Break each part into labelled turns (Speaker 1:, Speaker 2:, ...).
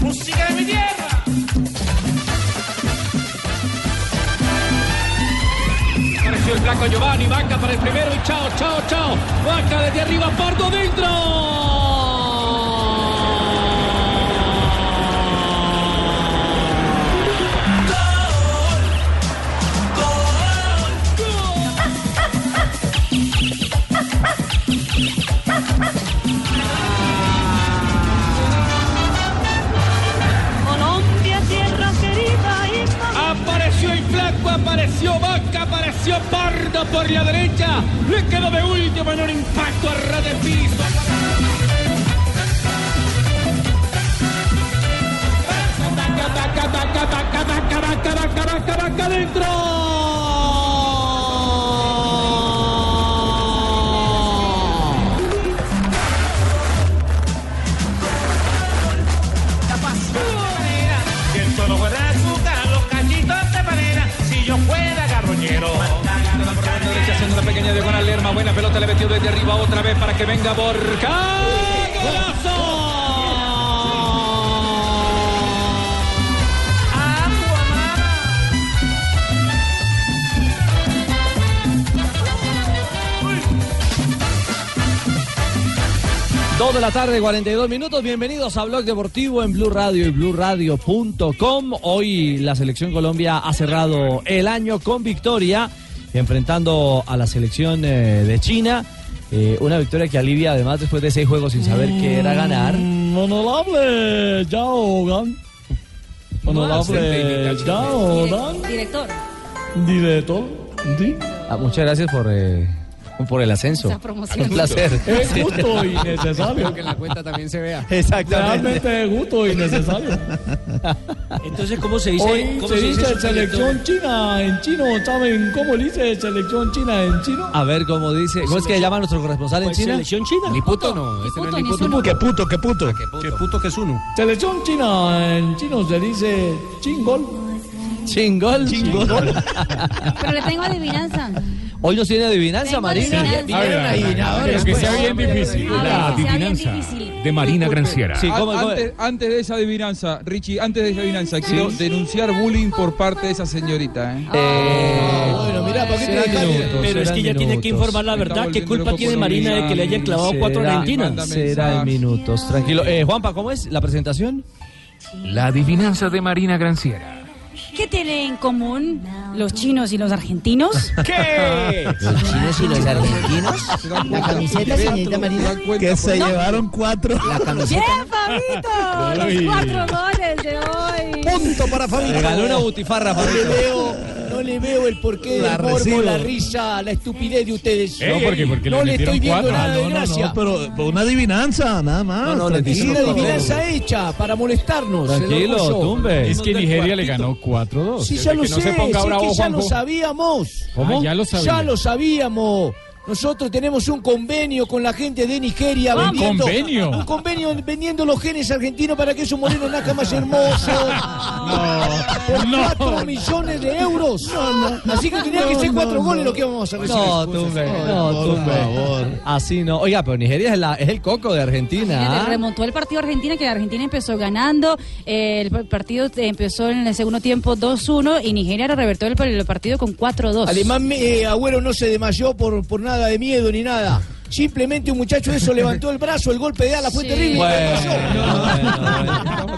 Speaker 1: ¡Música de mi tierra! Apareció el flaco Giovanni, Vaca para el primero y chao, chao, chao. Vaca desde arriba, Pardo dentro.
Speaker 2: Colombia, tierra querida y
Speaker 1: Apareció el flaco, apareció Vaca, apareció Pardo por la derecha. Le quedó de último en un impacto a ras de piso. Vaca, vaca, vaca, vaca, vaca, vaca, vaca, vaca, vaca dentro. Que el solo fuera azúcar, los cachitos de panera, si yo fuera garroñero. Haciendo una pequeña diagonal, Lerma, buena pelota, le metió desde arriba otra vez para que venga Borca. ¡Golazo!
Speaker 3: Dos de la tarde, 42 minutos. Bienvenidos a Blog Deportivo en Blue Radio y BlueRadio.com. Hoy la selección Colombia ha cerrado el año con victoria, enfrentando a la selección eh, de China. Eh, una victoria que alivia, además, después de seis juegos sin saber qué era ganar.
Speaker 4: Mm, Honorable Yao Gan. Honorable Yao Gan.
Speaker 5: Director,
Speaker 4: Director. Di.
Speaker 3: Ah, muchas gracias por, eh, por el ascenso.
Speaker 5: Esa promoción.
Speaker 3: Un placer.
Speaker 4: Es justo y necesario.
Speaker 6: la cuenta también se vea.
Speaker 3: Exactamente.
Speaker 4: Realmente es justo y necesario.
Speaker 6: Entonces, ¿cómo se dice?
Speaker 4: Hoy
Speaker 6: ¿cómo
Speaker 4: se dice
Speaker 6: eso,
Speaker 4: selección
Speaker 6: director?
Speaker 4: china en chino. ¿Saben cómo dice selección china en chino?
Speaker 3: A ver cómo dice. ¿Cómo es que llama nuestro corresponsal en
Speaker 6: Pues,
Speaker 3: China?
Speaker 6: ¿Selección china? Ni puto no.
Speaker 5: este no es ni puto.
Speaker 6: Qué puto, qué puto.
Speaker 3: Ah,
Speaker 6: Qué puto que es uno.
Speaker 4: Selección china en chino se dice chingol.
Speaker 3: Chingol.
Speaker 5: pero le tengo adivinanza.
Speaker 3: Hoy nos tiene adivinanza,
Speaker 5: Tengo
Speaker 3: Marina.
Speaker 5: adivinanza.
Speaker 7: pues.
Speaker 6: Que sea bien difícil.
Speaker 7: Ah,
Speaker 5: A ver, que sea bien difícil.
Speaker 8: de Marina Granciera.
Speaker 3: Sí, ¿cómo- cómo-
Speaker 7: Antes, antes de esa adivinanza, Richie, antes de esa adivinanza, quiero denunciar bullying por parte de esa señorita. ¿eh?
Speaker 3: bueno, mira, ¿para qué te
Speaker 4: Serán
Speaker 3: dejaron?
Speaker 4: minutos,
Speaker 6: Pero es que ella
Speaker 3: Serán
Speaker 6: tiene que
Speaker 3: minutos.
Speaker 6: informar la verdad. ¿Qué culpa tiene Marina de que le hayan clavado cuatro a
Speaker 3: Será-
Speaker 6: Argentina?
Speaker 3: Será en minutos, tranquilo. Eh, Juanpa, ¿cómo es la presentación?
Speaker 8: La adivinanza de Marina Granciera.
Speaker 5: ¿Qué tienen en común los chinos y los argentinos?
Speaker 3: Los chinos y los argentinos.
Speaker 4: La camiseta, señorita Marina. Que se llevaron cuatro.
Speaker 5: ¡Bien, Fabito! Los cuatro goles de hoy.
Speaker 4: Punto para Fabián.
Speaker 3: Regaló una butifarra, Fabito.
Speaker 4: no le veo el porqué
Speaker 3: La recibo.
Speaker 4: risa, la estupidez de ustedes.
Speaker 6: No, porque, Eh, porque
Speaker 4: no le estoy viendo
Speaker 9: Ah,
Speaker 6: Ah,
Speaker 4: nada de gracia.
Speaker 6: pero una adivinanza, nada más.
Speaker 3: No, no, le
Speaker 4: Es
Speaker 3: dice
Speaker 4: una
Speaker 3: otro
Speaker 4: adivinanza
Speaker 3: nombre.
Speaker 4: hecha para molestarnos.
Speaker 3: Tranquilo,
Speaker 4: se lo puso.
Speaker 3: tumbe.
Speaker 6: Es que Nigeria le ganó 4-2.
Speaker 4: Si ya lo sé, si es que ya lo sabíamos.
Speaker 6: ¿Cómo? Ah, ya lo sabía.
Speaker 4: Ya lo sabíamos. Nosotros tenemos un convenio con la gente de Nigeria.
Speaker 6: ¿Un
Speaker 4: vendiendo,
Speaker 6: Ah, convenio?
Speaker 4: Un convenio vendiendo los genes argentinos para que esos morenos nazcan más hermosos. Por
Speaker 6: no.
Speaker 4: 4 millones de euros. Así que tenía que ser cuatro goles lo que vamos a recibir.
Speaker 3: No, tumbe, no, tumbe. Así no. Oiga, pero Nigeria es, la- es el coco de
Speaker 5: Fíjate,
Speaker 3: Argentina. ¿ah?
Speaker 5: Remontó el partido Argentina, que Argentina empezó ganando. eh, el partido empezó en el segundo tiempo 2-1 y Nigeria revertió el, el partido con 4-2.
Speaker 4: eh, Además, me- eh, Agüero no se desmayó por, por nada de miedo ni nada. Simplemente un muchacho de eso levantó el brazo, el golpe de ala fue terrible.
Speaker 3: Bueno,
Speaker 4: ¿Qué pasó?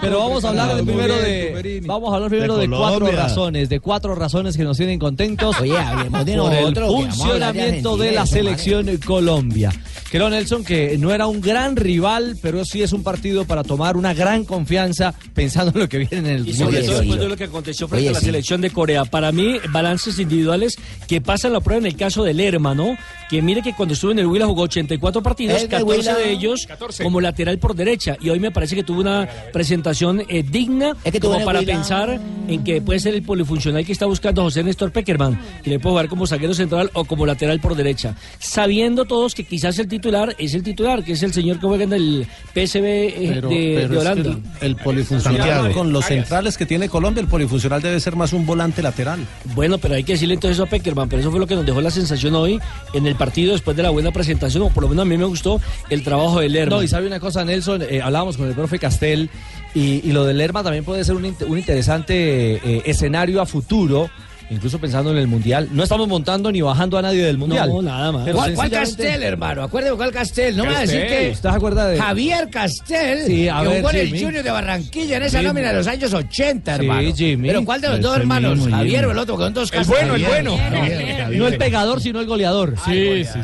Speaker 3: Pero vamos a hablar de
Speaker 4: Muy
Speaker 3: primero
Speaker 4: bien,
Speaker 3: de vamos a hablar primero
Speaker 4: De
Speaker 3: de, cuatro
Speaker 4: Colombia.
Speaker 3: razones, de cuatro razones que nos tienen
Speaker 4: Oh,
Speaker 3: contentos
Speaker 10: Oye, hablemos de
Speaker 3: por el
Speaker 10: nosotros, que vamos a hablar de
Speaker 3: funcionamiento de
Speaker 10: Argentina,
Speaker 3: la
Speaker 10: eso,
Speaker 3: selección Colombia. Creo Nelson que no era un gran rival, pero sí es un partido para tomar una gran confianza pensando en lo que viene en el
Speaker 6: Y
Speaker 3: Mundial.
Speaker 6: sobre todo después de lo que aconteció frente
Speaker 3: Oye,
Speaker 6: a la
Speaker 3: sí.
Speaker 6: selección de Corea. Para mí, balances individuales que pasan la prueba en el caso de Lerma, ¿no? Que mire que cuando estuvo en el Huila jugó 84 partidos,
Speaker 11: El de
Speaker 6: 14
Speaker 11: Huila.
Speaker 6: de ellos como lateral por derecha. Y hoy me parece que tuvo una presentación eh, digna
Speaker 11: tuvo en
Speaker 6: como
Speaker 11: el
Speaker 6: para
Speaker 11: Huila.
Speaker 6: pensar en que puede ser el polifuncional que está buscando José Néstor Peckerman, que le puede jugar como zaguero central o como lateral por derecha. Sabiendo todos que quizás el titular es el titular, que es el señor que juega en el PSV eh, de,
Speaker 2: Pero- pero
Speaker 6: de
Speaker 2: es que
Speaker 6: Holanda.
Speaker 2: el, el polifuncional
Speaker 6: Santiago.
Speaker 2: con los
Speaker 6: Arias.
Speaker 2: centrales que tiene Colombia, el polifuncional debe ser más un volante lateral.
Speaker 6: Bueno, pero hay que decirle entonces eso a Peckerman, pero eso fue lo que nos dejó la sensación hoy en el partido después de la buena presentación, o por lo menos a mí me gustó el trabajo de Lerma.
Speaker 3: No, y sabe una cosa, Nelson, eh, hablábamos con el profe Castel y, y lo de Lerma también puede ser un, int- un interesante eh, escenario a futuro, incluso pensando en el Mundial. No estamos montando ni bajando a nadie del Mundial.
Speaker 6: No, nada más.
Speaker 3: Pero
Speaker 10: ¿Cuál, cuál
Speaker 3: sencillamente-
Speaker 10: Castel, hermano? Acuérdeme cuál Castel. No me va a decir
Speaker 3: Castel.
Speaker 10: que.
Speaker 3: ¿Usted se acuerda de-
Speaker 10: Javier Castel,
Speaker 3: Sí, a
Speaker 10: que
Speaker 3: ver,
Speaker 10: jugó en el
Speaker 3: Jimmy.
Speaker 10: Junior de Barranquilla en esa
Speaker 3: Jimmy.
Speaker 10: nómina de los años 80, hermano.
Speaker 3: Sí, Jimmy.
Speaker 10: Pero ¿cuál de los
Speaker 3: Ese
Speaker 10: dos hermanos?
Speaker 3: mismo,
Speaker 10: Javier
Speaker 3: Jimmy.
Speaker 10: o el otro, con dos
Speaker 3: El
Speaker 10: casas.
Speaker 3: bueno, el
Speaker 10: Javier,
Speaker 3: bueno.
Speaker 10: Javier, Javier.
Speaker 3: No el pegador, sino el goleador. Sí, sí, sí.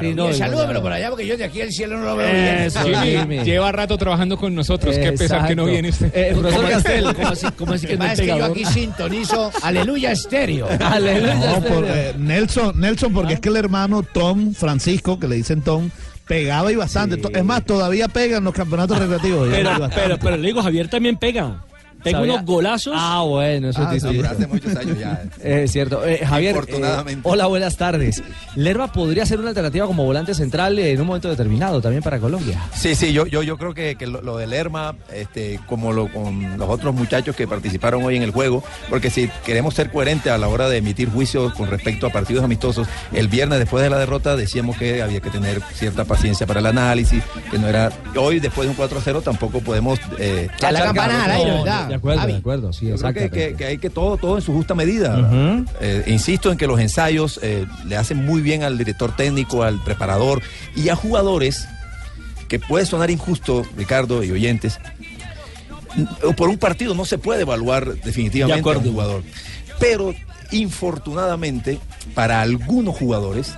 Speaker 10: Sí, no, salúdamelo por allá porque yo de aquí el cielo no lo veo bien.
Speaker 9: Eso, Jimmy, lleva rato trabajando con nosotros, qué pesar que no viene usted.
Speaker 10: profesor
Speaker 9: ¿Cómo-
Speaker 10: Castel,
Speaker 9: cómo así- cómo así
Speaker 10: que Ah,
Speaker 9: no es
Speaker 10: que yo
Speaker 9: pegador?
Speaker 10: aquí sintonizo Aleluya Estéreo.
Speaker 4: Ah,
Speaker 9: No, por, eh, Nelson, Nelson, porque es que el hermano Tom Francisco, que le dicen Tom, pegaba y bastante. To- Es más, todavía pega en los campeonatos recreativos. ya
Speaker 6: Pero,
Speaker 9: pega bastante.
Speaker 6: pero, pero le digo, Javier también pega. Pega
Speaker 3: Sabía-
Speaker 6: unos golazos.
Speaker 3: Ah, bueno, eso
Speaker 6: Ah,
Speaker 3: es
Speaker 6: no,
Speaker 3: distinto.
Speaker 6: pero hace
Speaker 3: muchos años ya. Es cierto. Eh, Javier,
Speaker 12: Infortunadamente.
Speaker 3: eh, hola, buenas tardes. Lerma podría ser una alternativa como volante central eh, en un momento determinado también para Colombia.
Speaker 12: Sí, sí, yo, yo, yo creo que, que lo, lo de Lerma, este, como lo, con los otros muchachos que participaron hoy en el juego, porque si queremos ser coherentes a la hora de emitir juicios con respecto a partidos amistosos, el viernes después de la derrota decíamos que había que tener cierta paciencia para el análisis, que no era hoy después de un 4-0 tampoco podemos... eh,
Speaker 10: Ya la campana al aire,
Speaker 12: No,
Speaker 10: ¿verdad?
Speaker 3: De acuerdo,
Speaker 10: Javi.
Speaker 3: de acuerdo, sí,
Speaker 12: Yo creo que,
Speaker 3: exacto.
Speaker 12: que- que hay que todo, todo en su justa medida. Eh, insisto en que los ensayos eh, le hacen muy bien al director técnico, al preparador y a jugadores que puede sonar injusto, Ricardo y oyentes. n- o Por un partido no se puede evaluar definitivamente
Speaker 6: De acuerdo.
Speaker 12: a un jugador. Pero infortunadamente, para algunos jugadores,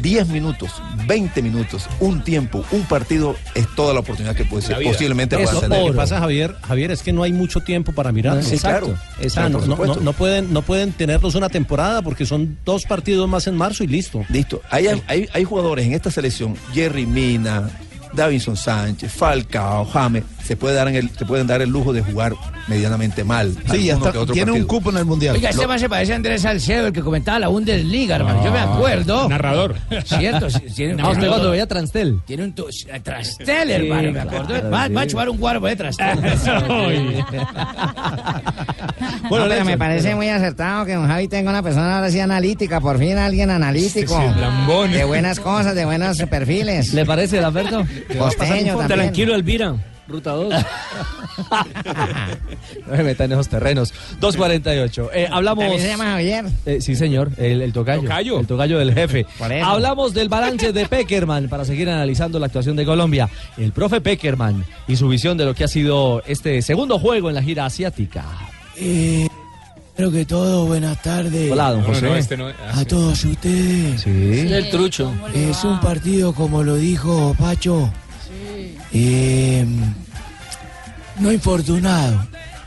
Speaker 12: 10 minutos, 20 minutos, un tiempo, un partido es toda la oportunidad que puede
Speaker 2: La
Speaker 12: ser,
Speaker 2: vida.
Speaker 12: posiblemente
Speaker 2: Eso,
Speaker 12: pueda tener.
Speaker 2: Lo que pasa, Javier, Javier, es que no hay mucho tiempo para mirar.
Speaker 12: Sí, claro. Exacto, por
Speaker 2: no, no-
Speaker 12: supuesto.
Speaker 2: no pueden, no pueden tenerlos una temporada porque son dos partidos más en marzo y listo.
Speaker 12: Listo. Hay, hay, hay jugadores en esta selección, Jerry Mina, Davinson Sánchez, Falcao, James, se, puede dar en el, se pueden dar el lujo de jugar medianamente mal.
Speaker 2: Sí,
Speaker 12: alguno
Speaker 2: hasta
Speaker 12: que otro
Speaker 2: tiene un
Speaker 12: partido.
Speaker 2: cupo en el mundial.
Speaker 10: Oiga, este
Speaker 12: Lo-
Speaker 10: man se parece a Andrés Salcedo, el que comentaba la Bundesliga, hermano. Yo me acuerdo.
Speaker 9: Narrador.
Speaker 10: Cierto, sí, tiene
Speaker 3: Ah, usted cuando veía Transtel.
Speaker 10: Tiene un tu- Trastel, hermano, me acuerdo.
Speaker 3: claro,
Speaker 10: va,
Speaker 3: sí.
Speaker 10: va a chupar un guaro de Trastel.
Speaker 13: Bueno,
Speaker 10: No, pero
Speaker 13: Nelson,
Speaker 10: me parece
Speaker 13: pero-
Speaker 10: muy acertado que don Javi tenga una persona ahora sí analítica, por fin alguien analítico.
Speaker 13: Sí, sí, lambón.
Speaker 10: De buenas cosas, de buenos perfiles.
Speaker 3: ¿Le parece, Lamberto?
Speaker 10: Costeño también.
Speaker 6: Tranquilo, Elvira. Ruta 2.
Speaker 3: No me metan en esos terrenos. 248. Eh, hablamos.
Speaker 10: También se llama Javier.
Speaker 3: Eh, sí, señor, el, el tocayo, El tocayo del jefe.
Speaker 10: eso.
Speaker 3: Hablamos del balance de Peckerman para seguir analizando la actuación de Colombia. El profe Peckerman y su visión de lo que ha sido este segundo juego en la gira asiática.
Speaker 1: Eh, creo que todo, buenas tardes.
Speaker 3: Hola, don No, no, José. no, este no, ah,
Speaker 1: a todos ustedes.
Speaker 3: Sí, el trucho.
Speaker 1: Es un partido, como lo dijo Pacho, eh, no infortunado,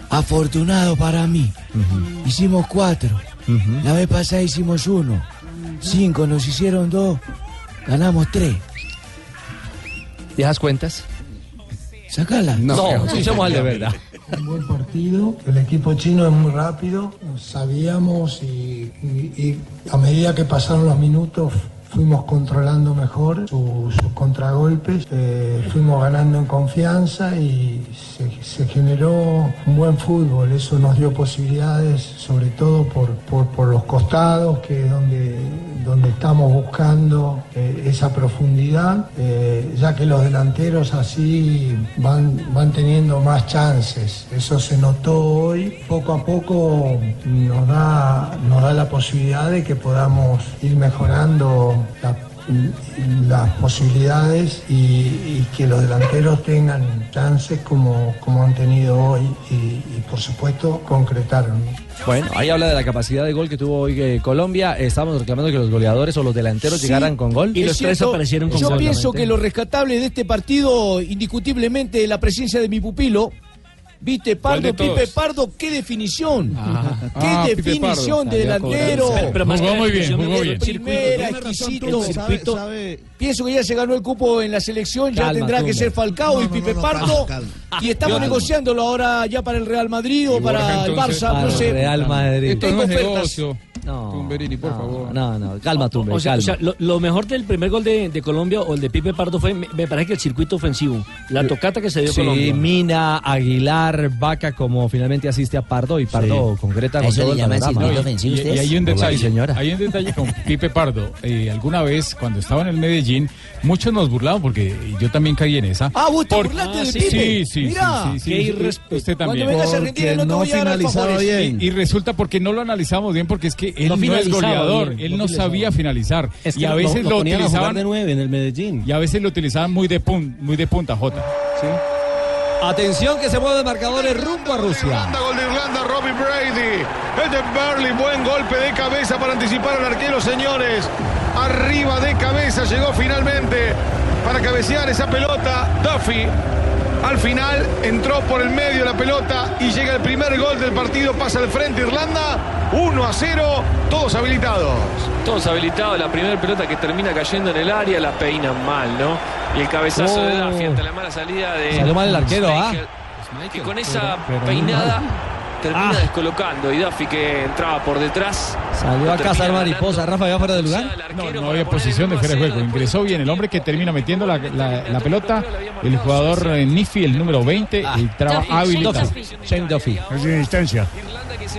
Speaker 1: afortunado para mí. Hicimos cuatro. La vez pasada hicimos uno. Cinco, nos hicieron dos. Ganamos tres.
Speaker 3: ¿Dejas cuentas?
Speaker 1: Sacala.
Speaker 3: No, sí, somos al de verdad.
Speaker 14: Un buen partido, el equipo chino es muy rápido, nos sabíamos y, y- y a medida que pasaron los minutos fuimos controlando mejor su- sus contragolpes, eh, fuimos ganando en confianza y se, se generó un buen fútbol, eso nos dio posibilidades, sobre todo por, por- por los costados, que es donde, donde estamos buscando eh, esa profundidad, eh, ya que los delanteros así van, van teniendo más chances. Eso se notó hoy. Poco a poco nos da, nos da la posibilidad de que podamos ir mejorando la las posibilidades y, y que los delanteros tengan chances como, como han tenido hoy y, y, por supuesto concretaron.
Speaker 3: Bueno, ahí habla de la capacidad de gol que tuvo hoy eh, Colombia. Estábamos reclamando que los goleadores o los delanteros
Speaker 1: Sí,
Speaker 3: llegaran con gol.
Speaker 1: es cierto. Yo pienso que lo rescatable de este partido, indiscutiblemente, es la presencia de mi pupilo. Viste,
Speaker 3: ¿Cuál de
Speaker 1: Pardo,
Speaker 3: todos?
Speaker 1: Pipe Pardo, qué definición. Qué
Speaker 4: Ah, Pipe
Speaker 1: definición
Speaker 4: Pardo.
Speaker 1: de delantero.
Speaker 4: Pero- pero más Jugó que la muy bien, definición, jugó el bien. circuito.
Speaker 1: Primera,
Speaker 4: Tiene razón,
Speaker 1: exquisito.
Speaker 4: Tuco, sabe-
Speaker 1: Pienso que ya se ganó el cupo en la selección, ya
Speaker 4: Calma,
Speaker 1: tendrá que
Speaker 4: Tuco.
Speaker 1: ser Falcao y Pipe
Speaker 4: no, calma,
Speaker 1: Pardo.
Speaker 4: calma.
Speaker 1: Y estamos
Speaker 4: Calma.
Speaker 1: negociándolo ahora ya para el Real Madrid o para el
Speaker 3: entonces,
Speaker 1: Barça,
Speaker 3: para
Speaker 1: no
Speaker 3: el
Speaker 1: sé.
Speaker 3: Real Madrid.
Speaker 1: Tengo
Speaker 3: Esto no es
Speaker 1: ofertas.
Speaker 3: negocio. No,
Speaker 15: Tumberini, por favor.
Speaker 3: No, no, calma, Tumbe,
Speaker 6: O sea, o
Speaker 3: calma.
Speaker 6: sea, lo, lo mejor del primer gol de, de Colombia o el de Pipe Pardo fue, me, me parece que el circuito ofensivo, la tocata que se dio
Speaker 3: Sí,
Speaker 6: Colombia.
Speaker 3: Mina, Aguilar, Vaca, como finalmente asiste a Pardo y Pardo concreta con
Speaker 16: Eso
Speaker 3: todo
Speaker 16: le
Speaker 3: el
Speaker 16: llaman
Speaker 3: panorama.
Speaker 16: circuito ofensivo
Speaker 3: Y- y
Speaker 16: ustedes.
Speaker 3: hay un
Speaker 16: detalle,
Speaker 3: señora.
Speaker 16: hay un detalle con Pipe Pardo. Eh, alguna vez cuando estaba en el Medellín, muchos nos burlaban porque yo también caí en esa.
Speaker 1: Ah, vos te
Speaker 16: Por-
Speaker 1: burlaste de
Speaker 16: sí,
Speaker 1: Pipe.
Speaker 16: Sí, sí,
Speaker 1: Mirá,
Speaker 16: sí, sí,
Speaker 1: qué
Speaker 16: sí,
Speaker 1: irrespeto.
Speaker 16: Usted
Speaker 1: Cuando
Speaker 16: también.
Speaker 1: vengas a Argentina no te voy a dar alfajores.
Speaker 16: Y, y resulta porque no lo analizamos bien porque es que él
Speaker 7: No
Speaker 16: no, es
Speaker 7: finalizaba
Speaker 16: goleador,
Speaker 7: bien,
Speaker 16: él
Speaker 7: no
Speaker 16: no
Speaker 7: finalizaba.
Speaker 16: sabía finalizar
Speaker 7: Es que
Speaker 16: y a
Speaker 7: lo-
Speaker 16: veces
Speaker 7: lo
Speaker 16: lo,
Speaker 7: ponían a jugar
Speaker 16: utilizaban
Speaker 7: de
Speaker 16: nueve en el Medellín. Y a veces lo utilizaban muy de pun- muy de punta Jota.
Speaker 3: Atención que se mueven marcadores rumbo a Rusia.
Speaker 17: Gol de Irlanda, Robbie Brady. Es de Burley, buen golpe de cabeza para anticipar al arquero, señores. Arriba de cabeza llegó finalmente para cabecear esa pelota. Duffy al final entró por el medio de la pelota y llega el primer gol del partido. Pasa al frente Irlanda, 1 a 0, todos habilitados.
Speaker 18: Todos habilitados, la primera pelota que termina cayendo en el área la peinan mal, ¿no? Y el cabezazo de
Speaker 3: Oh.
Speaker 18: Duffy ante la mala salida de.
Speaker 3: Salió mal el arquero, ¿ah?
Speaker 18: Schmeichel,
Speaker 6: Pues,
Speaker 18: Que con esa
Speaker 3: Pero- Ah. pero muy
Speaker 18: peinada
Speaker 3: mal.
Speaker 18: termina descolocando. Y Duffy que entraba por detrás.
Speaker 3: Salió a
Speaker 18: lo termina
Speaker 3: cazar
Speaker 18: ganando.
Speaker 3: mariposa. Rafa, ¿ya fuera de lugar?
Speaker 16: No, no había posición de fuera de juego. Ingresó bien el hombre que termina metiendo la, la- la pelota. El jugador eh, Nifi, el número 20, y traba hábil.
Speaker 3: Ah. Shane Duffy.
Speaker 19: Sin distancia.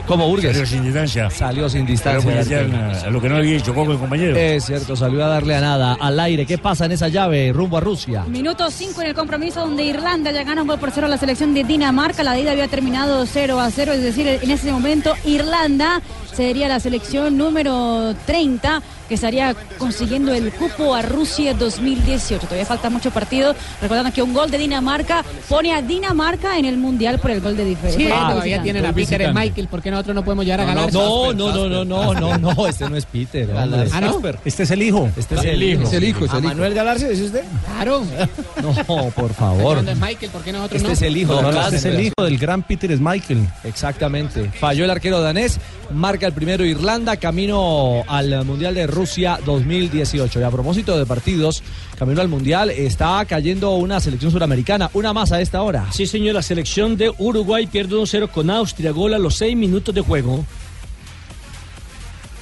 Speaker 3: Como Burgues.
Speaker 19: Salió sin distancia.
Speaker 3: Salió sin distancia.
Speaker 19: Pero pues,
Speaker 3: Arquero.
Speaker 19: ya, a lo que no había hecho poco el compañero.
Speaker 3: Es cierto, salió a darle a nada, al aire. ¿Qué pasa en esa llave rumbo a Rusia?
Speaker 5: Minuto 5 en el compromiso donde Irlanda ya gana un gol por cero a la selección de Dinamarca. La de ida había terminado 0 a 0, es decir, en ese momento Irlanda sería la selección número 30 que estaría consiguiendo el cupo a Rusia 2018. Todavía falta mucho partido. Recordando que un gol de Dinamarca pone a Dinamarca en el Mundial por el gol de diferencia.
Speaker 20: Sí,
Speaker 5: por el gol de
Speaker 20: todavía
Speaker 5: visitante.
Speaker 20: tienen a Peter y Michael, porque nosotros no podemos llegar a ganar?
Speaker 3: No, no, no, no, no, no, no, este no es Peter. hombre.
Speaker 20: Ah, ¿no?
Speaker 3: Este es el hijo. Este es el hijo.
Speaker 20: ¿A Manuel
Speaker 1: Galarse es usted?
Speaker 20: Claro.
Speaker 3: No, por favor.
Speaker 20: ¿Dónde es Michael? ¿Por qué nosotros
Speaker 3: Este
Speaker 20: no?
Speaker 3: es el hijo.
Speaker 7: No, no, este es el hijo
Speaker 3: del gran Peter Michael. Exactamente. Falló el arquero danés, marca el primero Irlanda, camino al Mundial de Rusia 2018. Y a propósito de partidos, camino al Mundial, está cayendo una selección suramericana, una más a esta hora.
Speaker 6: Sí, señor, la selección de Uruguay pierde 1-0 con Austria, gol a los 6 minutos de juego.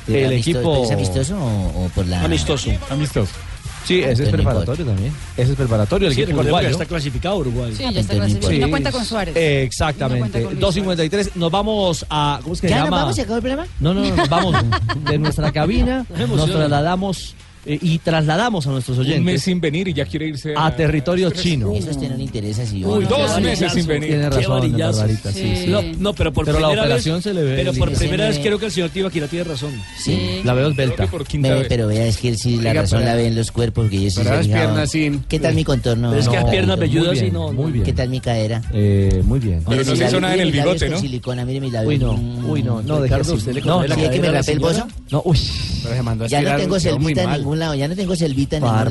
Speaker 3: El equipo-
Speaker 16: ¿es amistoso
Speaker 21: o, por
Speaker 3: Ah.
Speaker 21: la...?
Speaker 6: Amistoso.
Speaker 16: Amistoso.
Speaker 3: Sí, ese es preparatorio también. Ese es preparatorio, el
Speaker 6: Sí,
Speaker 3: equipo
Speaker 6: recordemos que
Speaker 3: uruguayo.
Speaker 6: está clasificado Uruguay.
Speaker 5: Sí, ya está clasificado. No cuenta con Suárez.
Speaker 3: Eh,
Speaker 5: No cuenta
Speaker 3: Exactamente.
Speaker 5: con Luis
Speaker 3: 2.53. Nos vamos a. ¿Cómo es que se
Speaker 5: ¿Ya nos
Speaker 3: llama?
Speaker 5: vamos? ¿Se
Speaker 21: acabó el programa?
Speaker 3: No, no, no, nos vamos de nuestra cabina,
Speaker 16: Me
Speaker 3: nos
Speaker 16: emociona.
Speaker 3: trasladamos eh, y trasladamos a nuestros
Speaker 16: Un mes
Speaker 3: oyentes
Speaker 16: sin venir y ya quiere irse
Speaker 3: a territorio
Speaker 16: Tres-
Speaker 3: chino.
Speaker 21: Esos tienen interés así.
Speaker 16: Uy,
Speaker 21: ¿no?
Speaker 16: dos
Speaker 21: Qué
Speaker 16: meses sin
Speaker 21: varillazo.
Speaker 16: venir.
Speaker 3: Tiene razón,
Speaker 6: varillazos.
Speaker 3: Barbarita, sí, sí.
Speaker 6: No, no, pero por
Speaker 3: Pero la
Speaker 6: primera
Speaker 3: operación
Speaker 6: vez,
Speaker 3: se le ve
Speaker 6: Pero
Speaker 3: el
Speaker 6: por
Speaker 3: límite.
Speaker 6: primera
Speaker 3: Se
Speaker 6: vez
Speaker 3: ve-
Speaker 6: creo que el señor Tibaquira tiene razón.
Speaker 21: Sí.
Speaker 3: La veo esbelta.
Speaker 21: Ve- pero vea, es que él sí, la
Speaker 6: Oiga,
Speaker 21: razón
Speaker 6: pero-
Speaker 21: la ve en los cuerpos, porque yo sí
Speaker 6: pero
Speaker 21: se
Speaker 6: las
Speaker 21: fijaba.
Speaker 6: piernas sí.
Speaker 21: ¿Qué tal mi contorno?
Speaker 6: Pero es que las piernas
Speaker 21: Muy
Speaker 6: velludas
Speaker 21: bien,
Speaker 6: sí, no,
Speaker 21: Muy
Speaker 6: no.
Speaker 21: bien. ¿Qué tal mi cadera?
Speaker 3: Eh, muy bien.
Speaker 21: Mire mis labios, mire mis labios con
Speaker 3: Uy,
Speaker 21: silicona, mire mis labios.
Speaker 3: no,
Speaker 21: Mm,
Speaker 3: uy, no, no, deje
Speaker 21: Ricardo,
Speaker 3: así.
Speaker 21: ¿usted le
Speaker 3: No,
Speaker 21: contó la cadera a la señora?
Speaker 3: No, uy.
Speaker 21: Ya no tengo selvita en ningún lado, ya no tengo selvita en ningún lado.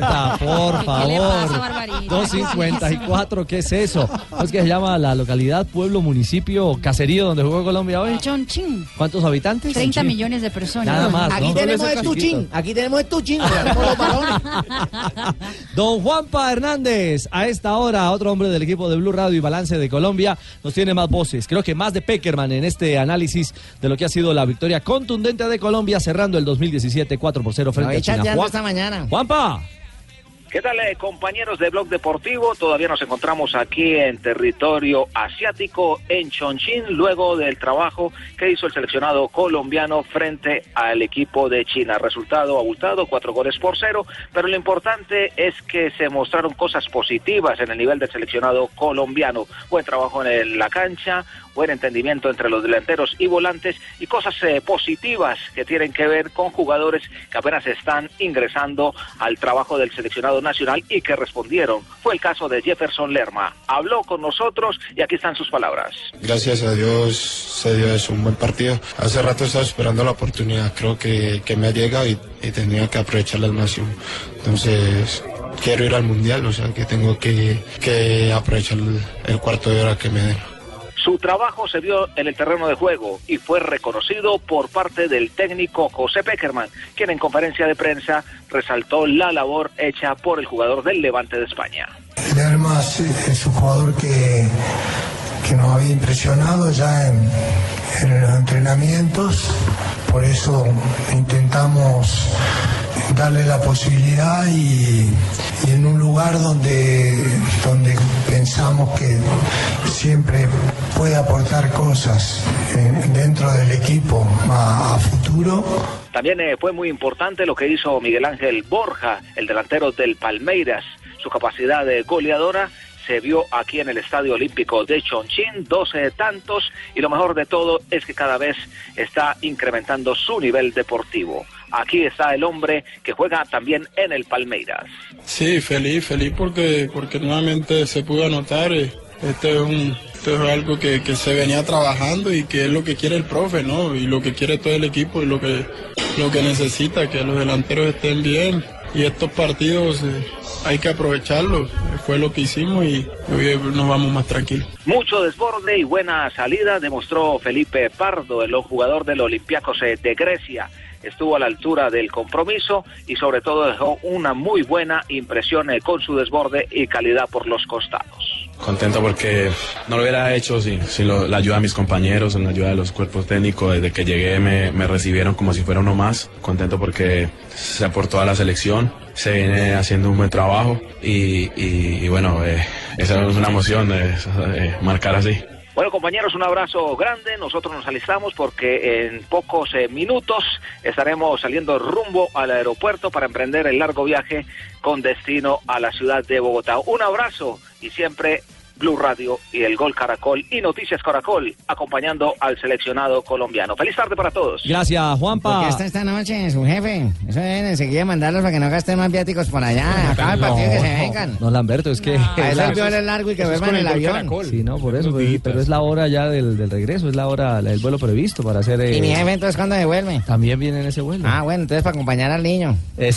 Speaker 3: Barbarita, por favor. 254, ¿qué es eso? ¿Cómo es que se llama la localidad, pueblo, municipio, caserío donde jugó Colombia hoy?
Speaker 5: Chonchín.
Speaker 3: ¿Cuántos habitantes?
Speaker 5: 30 millones de personas.
Speaker 3: Nada más,
Speaker 5: Aquí
Speaker 3: ¿no?
Speaker 5: tenemos
Speaker 3: Solo ese
Speaker 5: estuchín.
Speaker 3: casquito.
Speaker 21: Aquí tenemos estuchín.
Speaker 3: Don Juanpa Hernández, a esta hora, otro hombre del equipo de Blue Radio y Balance de Colombia, nos tiene más voces. Creo que más de Peckerman en este análisis de lo que ha sido la victoria contundente de Colombia cerrando el 2017 4 por 0 frente
Speaker 10: No,
Speaker 3: a China.
Speaker 10: chateando
Speaker 3: Juan-
Speaker 10: esta mañana.
Speaker 3: Juanpa.
Speaker 13: ¿Qué tal, eh, compañeros de Blog Deportivo? Todavía nos encontramos aquí en territorio asiático, en Chongqing, luego del trabajo que hizo el seleccionado colombiano frente al equipo de China. Resultado abultado, cuatro goles por cero, pero lo importante es que se mostraron cosas positivas en el nivel del seleccionado colombiano. Buen trabajo en el- la cancha, buen entendimiento entre los delanteros y volantes y cosas eh, positivas que tienen que ver con jugadores que apenas están ingresando al trabajo del seleccionado nacional y que respondieron. Fue el caso de Jefferson Lerma. Habló con nosotros y aquí están sus palabras.
Speaker 22: Gracias a Dios se dio eso, un buen partido. Hace rato estaba esperando la oportunidad, creo que, que me ha llegado y, y tenía que aprovecharla al máximo. Entonces quiero ir al mundial, o sea que tengo que, que aprovechar el, el cuarto de hora que me den.
Speaker 13: Su trabajo se vio en el terreno de juego y fue reconocido por parte del técnico José Peckerman, quien en conferencia de prensa resaltó la labor hecha por el jugador del Levante de España.
Speaker 14: Lerma sí, es un jugador que, que nos había impresionado ya en, en los entrenamientos, por eso intentamos darle la posibilidad y, y en un lugar donde, donde pensamos que siempre puede aportar cosas eh, dentro del equipo a- a futuro.
Speaker 13: También eh, fue muy importante lo que hizo Miguel Ángel Borja, el delantero del Palmeiras. Su capacidad de goleadora se vio aquí en el Estadio Olímpico de Chongqing, 12 tantos, y lo mejor de todo es que cada vez está incrementando su nivel deportivo. Aquí está el hombre que juega también en el Palmeiras.
Speaker 23: Sí, feliz, feliz porque, porque nuevamente se pudo anotar. eh. Esto es, un, esto es algo que, que se venía trabajando y que es lo que quiere el profe, ¿no? Y lo que quiere todo el equipo y lo que, lo que necesita, que los delanteros estén bien. Y estos partidos eh, hay que aprovecharlos. Fue lo que hicimos y hoy nos vamos más tranquilos.
Speaker 13: Mucho desborde y buena salida demostró Felipe Pardo, el jugador del Olympiacos eh, de Grecia. Estuvo a la altura del compromiso y sobre todo dejó una muy buena impresión eh, con su desborde y calidad por los costados.
Speaker 24: Contento porque no lo hubiera hecho sin, sin lo- la ayuda de mis compañeros, sin la ayuda de los cuerpos técnicos. Desde que llegué me, me recibieron como si fuera uno más. Contento porque se aportó a la selección, se viene haciendo un buen trabajo y, y- y bueno, eh, esa es una emoción, eh, eh, marcar así.
Speaker 13: Bueno, compañeros, un abrazo grande. Nosotros nos alistamos porque en pocos eh, minutos estaremos saliendo rumbo al aeropuerto para emprender el largo viaje con destino a la ciudad de Bogotá. Un abrazo y siempre Blue Radio y el Gol Caracol y Noticias Caracol acompañando al seleccionado colombiano. Feliz tarde para todos.
Speaker 3: Gracias, Juanpa.
Speaker 10: Porque este está esta noche su jefe. Eso deben enseguida mandarlos para que no gasten más viáticos por allá. Acaba el partido que se vengan.
Speaker 3: No, Lamberto, es que.
Speaker 10: Para eso el avión es largo y que
Speaker 3: Eso es
Speaker 10: duerman en
Speaker 3: con
Speaker 10: el
Speaker 3: el gol
Speaker 10: avión.
Speaker 3: Caracol. Sí, no, por eso. Pero, pero es la hora ya del, del regreso, es la hora la del vuelo previsto para hacer. eh,
Speaker 10: Y mi jefe, entonces, ¿cuándo devuelve?
Speaker 3: También viene en ese vuelo.
Speaker 10: Ah, bueno, entonces para acompañar al niño.
Speaker 3: Eh,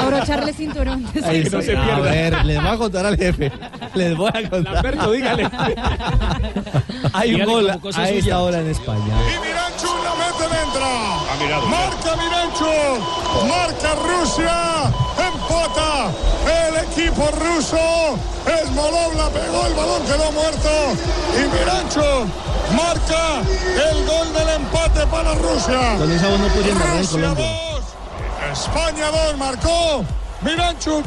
Speaker 5: Abrocharle cinturón.
Speaker 10: Ah,
Speaker 9: A ver, les voy a contar al jefe. Les voy a contar.
Speaker 3: Lamberto, dígale. Hay un
Speaker 9: Dígale
Speaker 3: gol
Speaker 9: como cosa
Speaker 3: a
Speaker 9: suya.
Speaker 3: esa hora en España.
Speaker 25: Miranchu la mete dentro. Marca Miranchu. Marca Rusia. Empota el equipo ruso. Smolov la pegó. El balón quedó muerto. Y Miranchu marca el gol del empate para Rusia.
Speaker 9: Con esa voz no puede narrar en
Speaker 25: Rusia
Speaker 9: Colombia.
Speaker 25: dos, España 2 marcó Miranchu.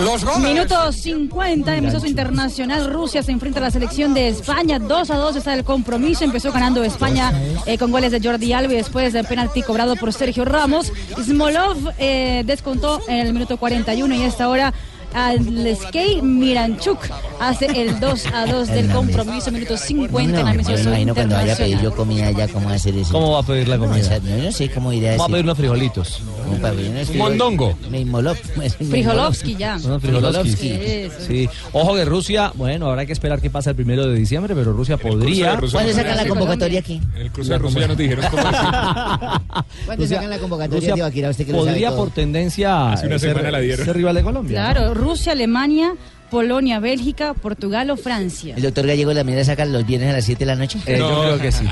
Speaker 25: Los goles.
Speaker 5: Minuto 50, amistoso internacional. Rusia se enfrenta a la selección de España. 2 a 2 está el compromiso. Empezó ganando España eh, con goles de Jordi Alba y después del penalti cobrado por Sergio Ramos. Smolov eh, descontó en el minuto 41 y a esta hora. Aleskey Miranchuk hace el 2 a 2 del compromiso, minuto 50 en
Speaker 21: No, yo me
Speaker 5: amistoso
Speaker 21: imagino cuando vaya a pedir yo
Speaker 5: internacional.
Speaker 21: comida allá, ¿cómo va a hacer eso?
Speaker 3: ¿Cómo va a pedir la comida?
Speaker 21: O sea, yo no sé cómo irá
Speaker 3: Vamos a pedir unos frijolitos. Mondongo.
Speaker 5: Frijolovsky ya.
Speaker 3: Unos Frijolovsky.
Speaker 5: Eso.
Speaker 3: Sí. Ojo que Rusia, bueno, habrá que esperar que pase el primero de diciembre, pero Rusia podría.
Speaker 21: ¿Cuándo sacan la convocatoria aquí?
Speaker 3: El
Speaker 21: cruce de Rusia ya nos dijeron
Speaker 3: cómo
Speaker 21: ¿Cuándo sacan la convocatoria de Ibaquira? Usted que lo sabe
Speaker 3: podría
Speaker 21: todo.
Speaker 3: por tendencia
Speaker 21: Hace una
Speaker 3: eh, ser,
Speaker 21: semana la dieron.
Speaker 3: ser rival de Colombia.
Speaker 5: Claro, Rusia, Alemania, Polonia, Bélgica, Portugal o Francia.
Speaker 21: ¿El doctor Gallego de la Minera saca los viernes a las 7 de la noche?
Speaker 3: Eh, yo creo que sí.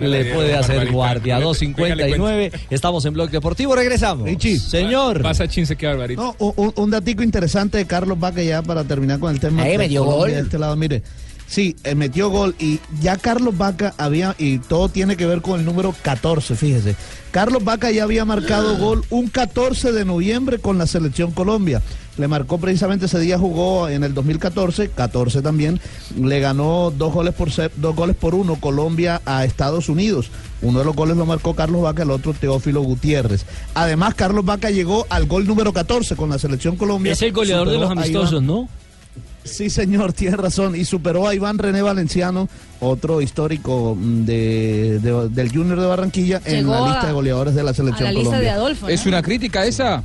Speaker 3: Le puede hacer guardia. 2.59. Estamos en Blog Deportivo. Regresamos. Señor.
Speaker 9: Pasa chince que barbarito. No, un- un, un datico interesante de Carlos Vaca ya para terminar con el tema.
Speaker 21: Ahí
Speaker 9: de
Speaker 21: metió
Speaker 9: Colombia
Speaker 21: gol.
Speaker 9: De este lado, mire. Sí, eh, metió gol y ya Carlos Vaca había, y todo tiene que ver con el número 14, fíjese. Carlos Vaca ya había marcado
Speaker 6: Ah.
Speaker 9: gol un 14 de noviembre con la selección Colombia. Le marcó precisamente ese día, jugó en el 2014, 14 también. Le ganó dos goles por ser- dos goles por uno Colombia a Estados Unidos. Uno de los goles lo marcó Carlos Vaca, el otro Teófilo Gutiérrez. Además, Carlos Vaca llegó al gol número 14 con la selección Colombia.
Speaker 6: Es el goleador de
Speaker 9: Superó
Speaker 6: los
Speaker 9: a Iván-
Speaker 6: amistosos, ¿no?
Speaker 9: Sí, señor, tiene razón. Y superó a Iván René Valenciano, otro histórico mm, de, de- del Junior de Barranquilla, en
Speaker 10: Llegó
Speaker 9: la
Speaker 10: a-
Speaker 9: lista de goleadores de la selección
Speaker 10: a la lista de
Speaker 9: Colombia.
Speaker 10: Adolfo, ¿no?
Speaker 9: Es una
Speaker 12: crítica esa?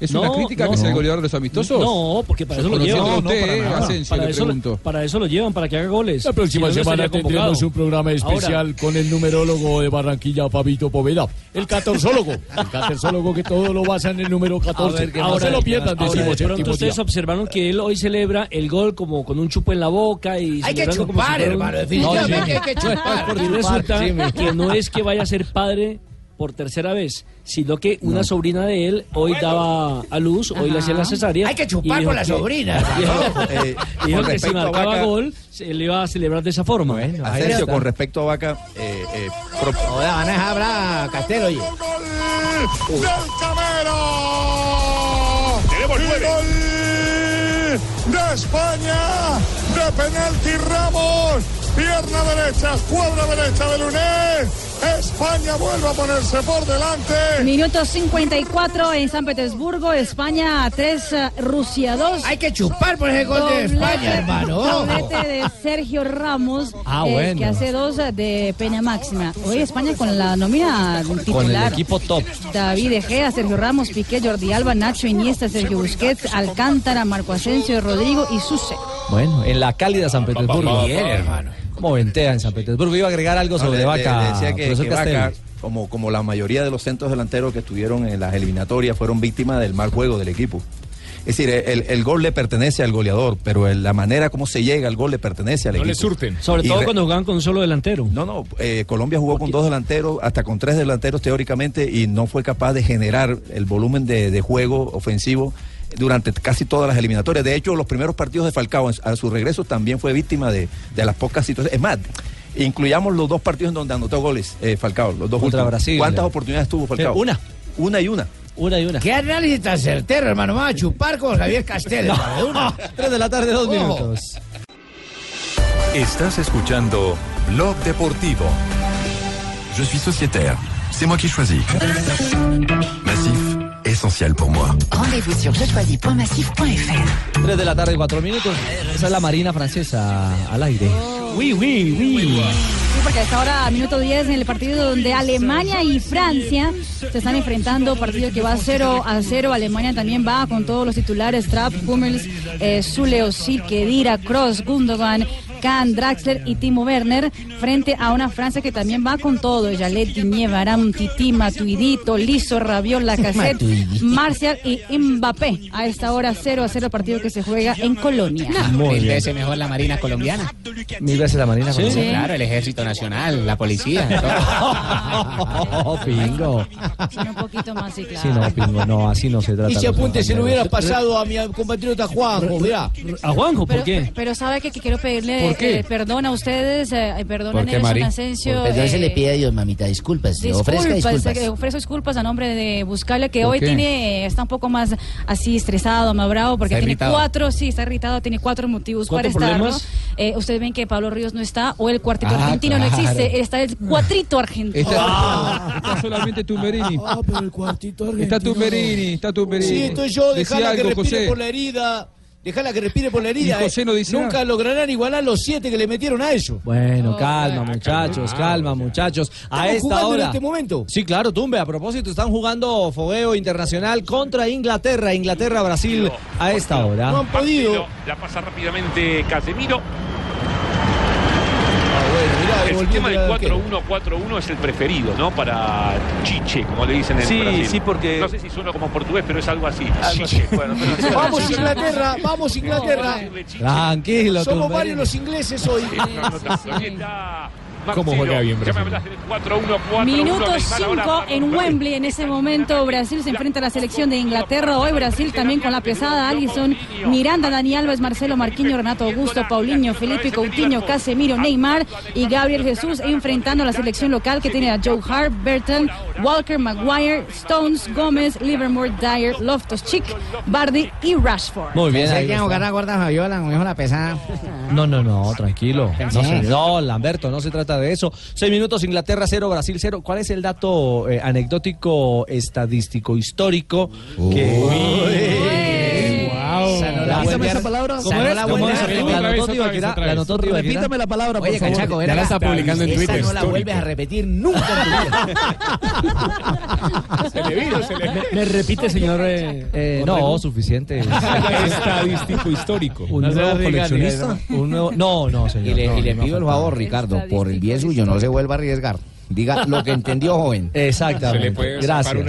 Speaker 12: ¿Es una
Speaker 6: No,
Speaker 12: crítica
Speaker 6: no,
Speaker 12: que sea el
Speaker 6: no.
Speaker 12: goleador de los amistosos?
Speaker 6: No, porque para
Speaker 12: Yo
Speaker 6: eso lo llevan.
Speaker 12: conociéndolo a usted, eh,
Speaker 6: para, nada.
Speaker 12: Asensio,
Speaker 6: Para
Speaker 12: le
Speaker 6: eso
Speaker 12: pregunto.
Speaker 6: lo, para eso lo llevan, para que haga goles.
Speaker 26: La próxima
Speaker 6: Si no, no
Speaker 26: semana
Speaker 6: estaría
Speaker 26: tendremos
Speaker 6: convocado.
Speaker 26: un programa especial
Speaker 6: Ahora,
Speaker 26: con el numerólogo de Barranquilla, Fabito Poveda. El catorzólogo. El catorzólogo que todo lo basa en el número 14.
Speaker 6: a ver, que
Speaker 26: Ahora
Speaker 6: ahora-
Speaker 26: se lo pierdan,
Speaker 6: ahora,
Speaker 26: decimos.
Speaker 6: de
Speaker 26: séptimo
Speaker 6: pronto ustedes
Speaker 26: día.
Speaker 6: observaron que él hoy celebra el gol como con un chupo en la boca y
Speaker 26: Hay que
Speaker 6: celebrando como
Speaker 26: chupar,
Speaker 6: fuera un-
Speaker 26: hermano, definitivamente
Speaker 6: No, sí.
Speaker 26: hay que chupar.
Speaker 6: Y resulta
Speaker 26: Sí, mi-
Speaker 6: que no es que vaya a ser padre por tercera vez, sino que una sobrina de él hoy daba a luz, hoy le hacía la cesárea.
Speaker 26: Hay que
Speaker 6: y
Speaker 26: chupar
Speaker 6: dijo
Speaker 26: con la
Speaker 6: que-
Speaker 26: sobrina,
Speaker 6: dijo-
Speaker 26: hermano. Eh,
Speaker 6: dijo
Speaker 26: con
Speaker 6: que si
Speaker 26: respecto a
Speaker 6: marcaba
Speaker 26: Vaca-
Speaker 6: gol, se le iba a celebrar de esa forma.
Speaker 12: Asensio, con respecto a Vaca, eh, eh, pro-
Speaker 21: Del
Speaker 12: Uh,
Speaker 21: Camero.
Speaker 17: Tenemos
Speaker 21: Y
Speaker 17: nueve.
Speaker 21: gol de España. De penalti Ramos. Pierna derecha, cuadra derecha de Luné. España vuelve a ponerse por delante.
Speaker 5: Minuto 54 en San Petersburgo, España 3, Rusia 2. Hay que chupar por
Speaker 26: ese gol de España, hermano.
Speaker 5: Doblete de Sergio Ramos,
Speaker 3: Ah, bueno.
Speaker 5: que hace dos eh, de pena máxima. Hoy España con la nómina
Speaker 3: Con el
Speaker 5: titular.
Speaker 3: equipo top.
Speaker 5: David Egea, Sergio Ramos, Piqué, Jordi Alba, Nacho Iniesta, Sergio Busquets, Alcántara, Marco Asensio, Rodrigo y Suse.
Speaker 3: Bueno, en la cálida San Petersburgo.
Speaker 12: Bien,
Speaker 3: hermano. Como ventea en San Petersburgo. Iba a agregar algo
Speaker 12: No,
Speaker 3: sobre
Speaker 12: le- le-
Speaker 3: Vaca.
Speaker 12: le decía que,
Speaker 3: profesor
Speaker 12: que Vaca,
Speaker 3: Castells.
Speaker 12: como, como la mayoría de los centros delanteros que estuvieron en las eliminatorias, fueron víctimas del mal juego del equipo. Es decir, el, el gol le pertenece al goleador, pero el- la manera como se llega al gol le pertenece al equipo.
Speaker 6: Sobre
Speaker 12: Y
Speaker 6: todo
Speaker 12: re-
Speaker 6: cuando jugaban con un solo delantero.
Speaker 12: No, no, eh, Colombia jugó con dos delanteros, hasta con tres delanteros teóricamente, y no fue capaz de generar el volumen de, de juego ofensivo durante casi todas las eliminatorias. De hecho, los primeros partidos de Falcao en- a su regreso también fue víctima de, de las pocas situaciones. Es más, incluyamos los dos partidos en donde anotó goles eh, Falcao, los dos
Speaker 3: Contra
Speaker 12: últimos.
Speaker 3: Brasil.
Speaker 12: ¿Cuántas oportunidades tuvo Falcao?
Speaker 3: Sí, una.
Speaker 12: Una y una.
Speaker 3: Una y una.
Speaker 26: Qué análisis tan certero, hermano. Vamos a chupar con Javier Castel.
Speaker 3: No.
Speaker 26: hermano, de una.
Speaker 3: Tres de la tarde, dos
Speaker 1: Oh.
Speaker 26: Ojo.
Speaker 3: minutos.
Speaker 8: Estás escuchando Blog Deportivo.
Speaker 27: Je suis sociétaire. C'est moi qui choisis. Massif, essentiel pour moi.
Speaker 28: Rendez-vous sur jechoisis.massif.fr.
Speaker 3: 3 de la tarde, 4 minutos. Esa es la Marina Francesa al aire. Oui, oui, oui.
Speaker 5: Sí, porque hasta ahora, a minuto 10, en el partido donde Alemania y Francia se están enfrentando, partido que va 0 a 0. Alemania también va con todos los titulares: Trapp, Hummels, eh, Zule, Özil, Kedira, Kroos, Gundogan, Kahn, Draxler y Timo Werner, frente a una Francia que también va con todo: Jalet, Diñé, Aram, Titi, Matuidito, Liso, Rabiola, Cassette,
Speaker 28: Matuidi.
Speaker 5: Marcial y Mbappé. A esta hora, 0 a 0 el partido que se juega en Colonia.
Speaker 1: Ah,
Speaker 3: Muy
Speaker 28: Mil
Speaker 3: bien.
Speaker 28: veces mejor la Marina colombiana.
Speaker 3: Mil veces la Marina
Speaker 28: Sí,
Speaker 3: Francesa.
Speaker 28: Claro, el Ejército Nacional, la policía.
Speaker 3: Oh, pingo.
Speaker 5: Un poquito más, sí, claro.
Speaker 3: Sí, no, pingo, no, así no se trata.
Speaker 1: Y si apunte, si
Speaker 3: no
Speaker 1: lo hubiera pasado a mi compatriota Juanjo, verá.
Speaker 6: ¿A Juanjo?
Speaker 5: Pero, pero sabe que, que quiero pedirle
Speaker 28: ¿Por qué?
Speaker 5: eh, perdón a ustedes, eh, perdón a
Speaker 28: Porque
Speaker 5: Nelson Asensio.
Speaker 28: Perdón, se
Speaker 5: eh,
Speaker 28: le pide a Dios, mamita, disculpas. ofrezca
Speaker 5: disculpas,
Speaker 28: disculpas.
Speaker 5: eh, ofrezco disculpas a nombre de Buscalia, que
Speaker 28: ¿Por
Speaker 5: hoy
Speaker 28: qué?
Speaker 5: tiene está un poco más así estresado, más bravo, porque
Speaker 28: Está
Speaker 5: tiene
Speaker 28: irritado.
Speaker 5: cuatro, sí, está irritado, tiene cuatro motivos
Speaker 6: ¿Cuatro
Speaker 5: para estarlo.
Speaker 6: problemas?
Speaker 5: Eh, ustedes ven que Pablo Ríos no está, o el cuartito
Speaker 28: Ah,
Speaker 5: argentino no
Speaker 28: claro. Este-
Speaker 5: existe, está el cuatrito argentino. Ah.
Speaker 28: Está-
Speaker 6: Ah.
Speaker 17: Está solamente Tumberini. Está Tumberini, está Tumberini.
Speaker 1: Sí, estoy yo,
Speaker 17: Decía
Speaker 1: dejala que
Speaker 17: algo,
Speaker 1: respire
Speaker 17: José.
Speaker 1: por la herida. Dejala que respire por la herida. eh.
Speaker 17: Y José no dice
Speaker 1: Nunca
Speaker 17: nada.
Speaker 1: lograrán igualar los siete que le metieron a ellos.
Speaker 3: Bueno, calma, muchachos, calma, muchachos. A
Speaker 1: Estamos
Speaker 3: esta
Speaker 1: jugando en
Speaker 3: hora.
Speaker 1: este momento.
Speaker 3: Sí, claro, Tumbe. A propósito, están jugando fogueo internacional contra Inglaterra. Inglaterra-Brasil a esta hora.
Speaker 17: Marcelo, La pasa rápidamente Casemiro.
Speaker 3: Ah,
Speaker 17: el sistema del 4-1-4-1 es el preferido, ¿no? Para Chiche, como le dicen en
Speaker 29: Sí,
Speaker 17: Brasil.
Speaker 29: sí, porque-
Speaker 17: No sé si suena como portugués, pero es algo así.
Speaker 29: Algo
Speaker 17: Chiche. Bueno, pero-
Speaker 1: Vamos Inglaterra, vamos Inglaterra. Somos
Speaker 3: Tranquilo, Tumberini.
Speaker 1: varios los ingleses hoy.
Speaker 3: ¿Cómo juega bien
Speaker 17: Ya me
Speaker 3: Brasil?
Speaker 17: hablas del 4-1-4-1.
Speaker 5: Minuto
Speaker 17: Neymar ahora
Speaker 5: 5
Speaker 17: para
Speaker 5: en
Speaker 17: Tumberini.
Speaker 5: Wembley. En ese momento Brasil se enfrenta a la selección de Inglaterra. Hoy Brasil también con la pesada Alison, Miranda, Dani Alves, Marcelo Marquinhos, Renato Augusto, Paulinho, Felipe Coutinho, Casemiro, Neymar y Gabriel Jesús enfrentando a la selección local que tiene a Joe Hart, Burton, Walker, Maguire, Stones, Gómez, Livermore, Dyer, Loftus Chick, Bardi y Rashford.
Speaker 3: Muy bien,
Speaker 28: Pensé
Speaker 3: ahí
Speaker 28: que iba a
Speaker 3: está.
Speaker 28: jugar la gorda Fabiola, como dijo la pesada.
Speaker 3: No, no, no, tranquilo. No,
Speaker 28: Sí.
Speaker 3: se- no, Lamberto, no se trata de eso. Seis minutos, Inglaterra cero, Brasil cero. ¿Cuál es el dato eh, anecdótico, estadístico, histórico? Que...
Speaker 28: Sanó
Speaker 21: Wow.
Speaker 28: la
Speaker 9: Repítame
Speaker 28: vuelta.
Speaker 9: esa palabra.
Speaker 28: Sanó la vuelta.
Speaker 9: La anotó Tibaquirá, la anotó Tibaquirá. Repítame la palabra, por
Speaker 28: Oye,
Speaker 9: favor.
Speaker 28: Cachaco,
Speaker 9: Ya la está publicando en Twitter,
Speaker 28: Esa no la
Speaker 9: histórico.
Speaker 28: vuelves a repetir nunca en tu vida.
Speaker 30: Se le vino, se le
Speaker 6: ¿Me repite, señor?
Speaker 3: Eh, no, suficiente.
Speaker 10: Estadístico histórico.
Speaker 3: Un
Speaker 28: No se
Speaker 3: nuevo
Speaker 28: va a arriesgar,
Speaker 3: coleccionista.
Speaker 28: Ricardo.
Speaker 3: un nuevo- No, no, señor.
Speaker 28: Y le,
Speaker 3: no,
Speaker 28: y le
Speaker 3: no me
Speaker 28: pido el
Speaker 3: falta.
Speaker 28: favor, Ricardo, por el bien suyo, no se vuelva a arriesgar. Diga lo que entendió, joven.
Speaker 3: Exactamente. gracias.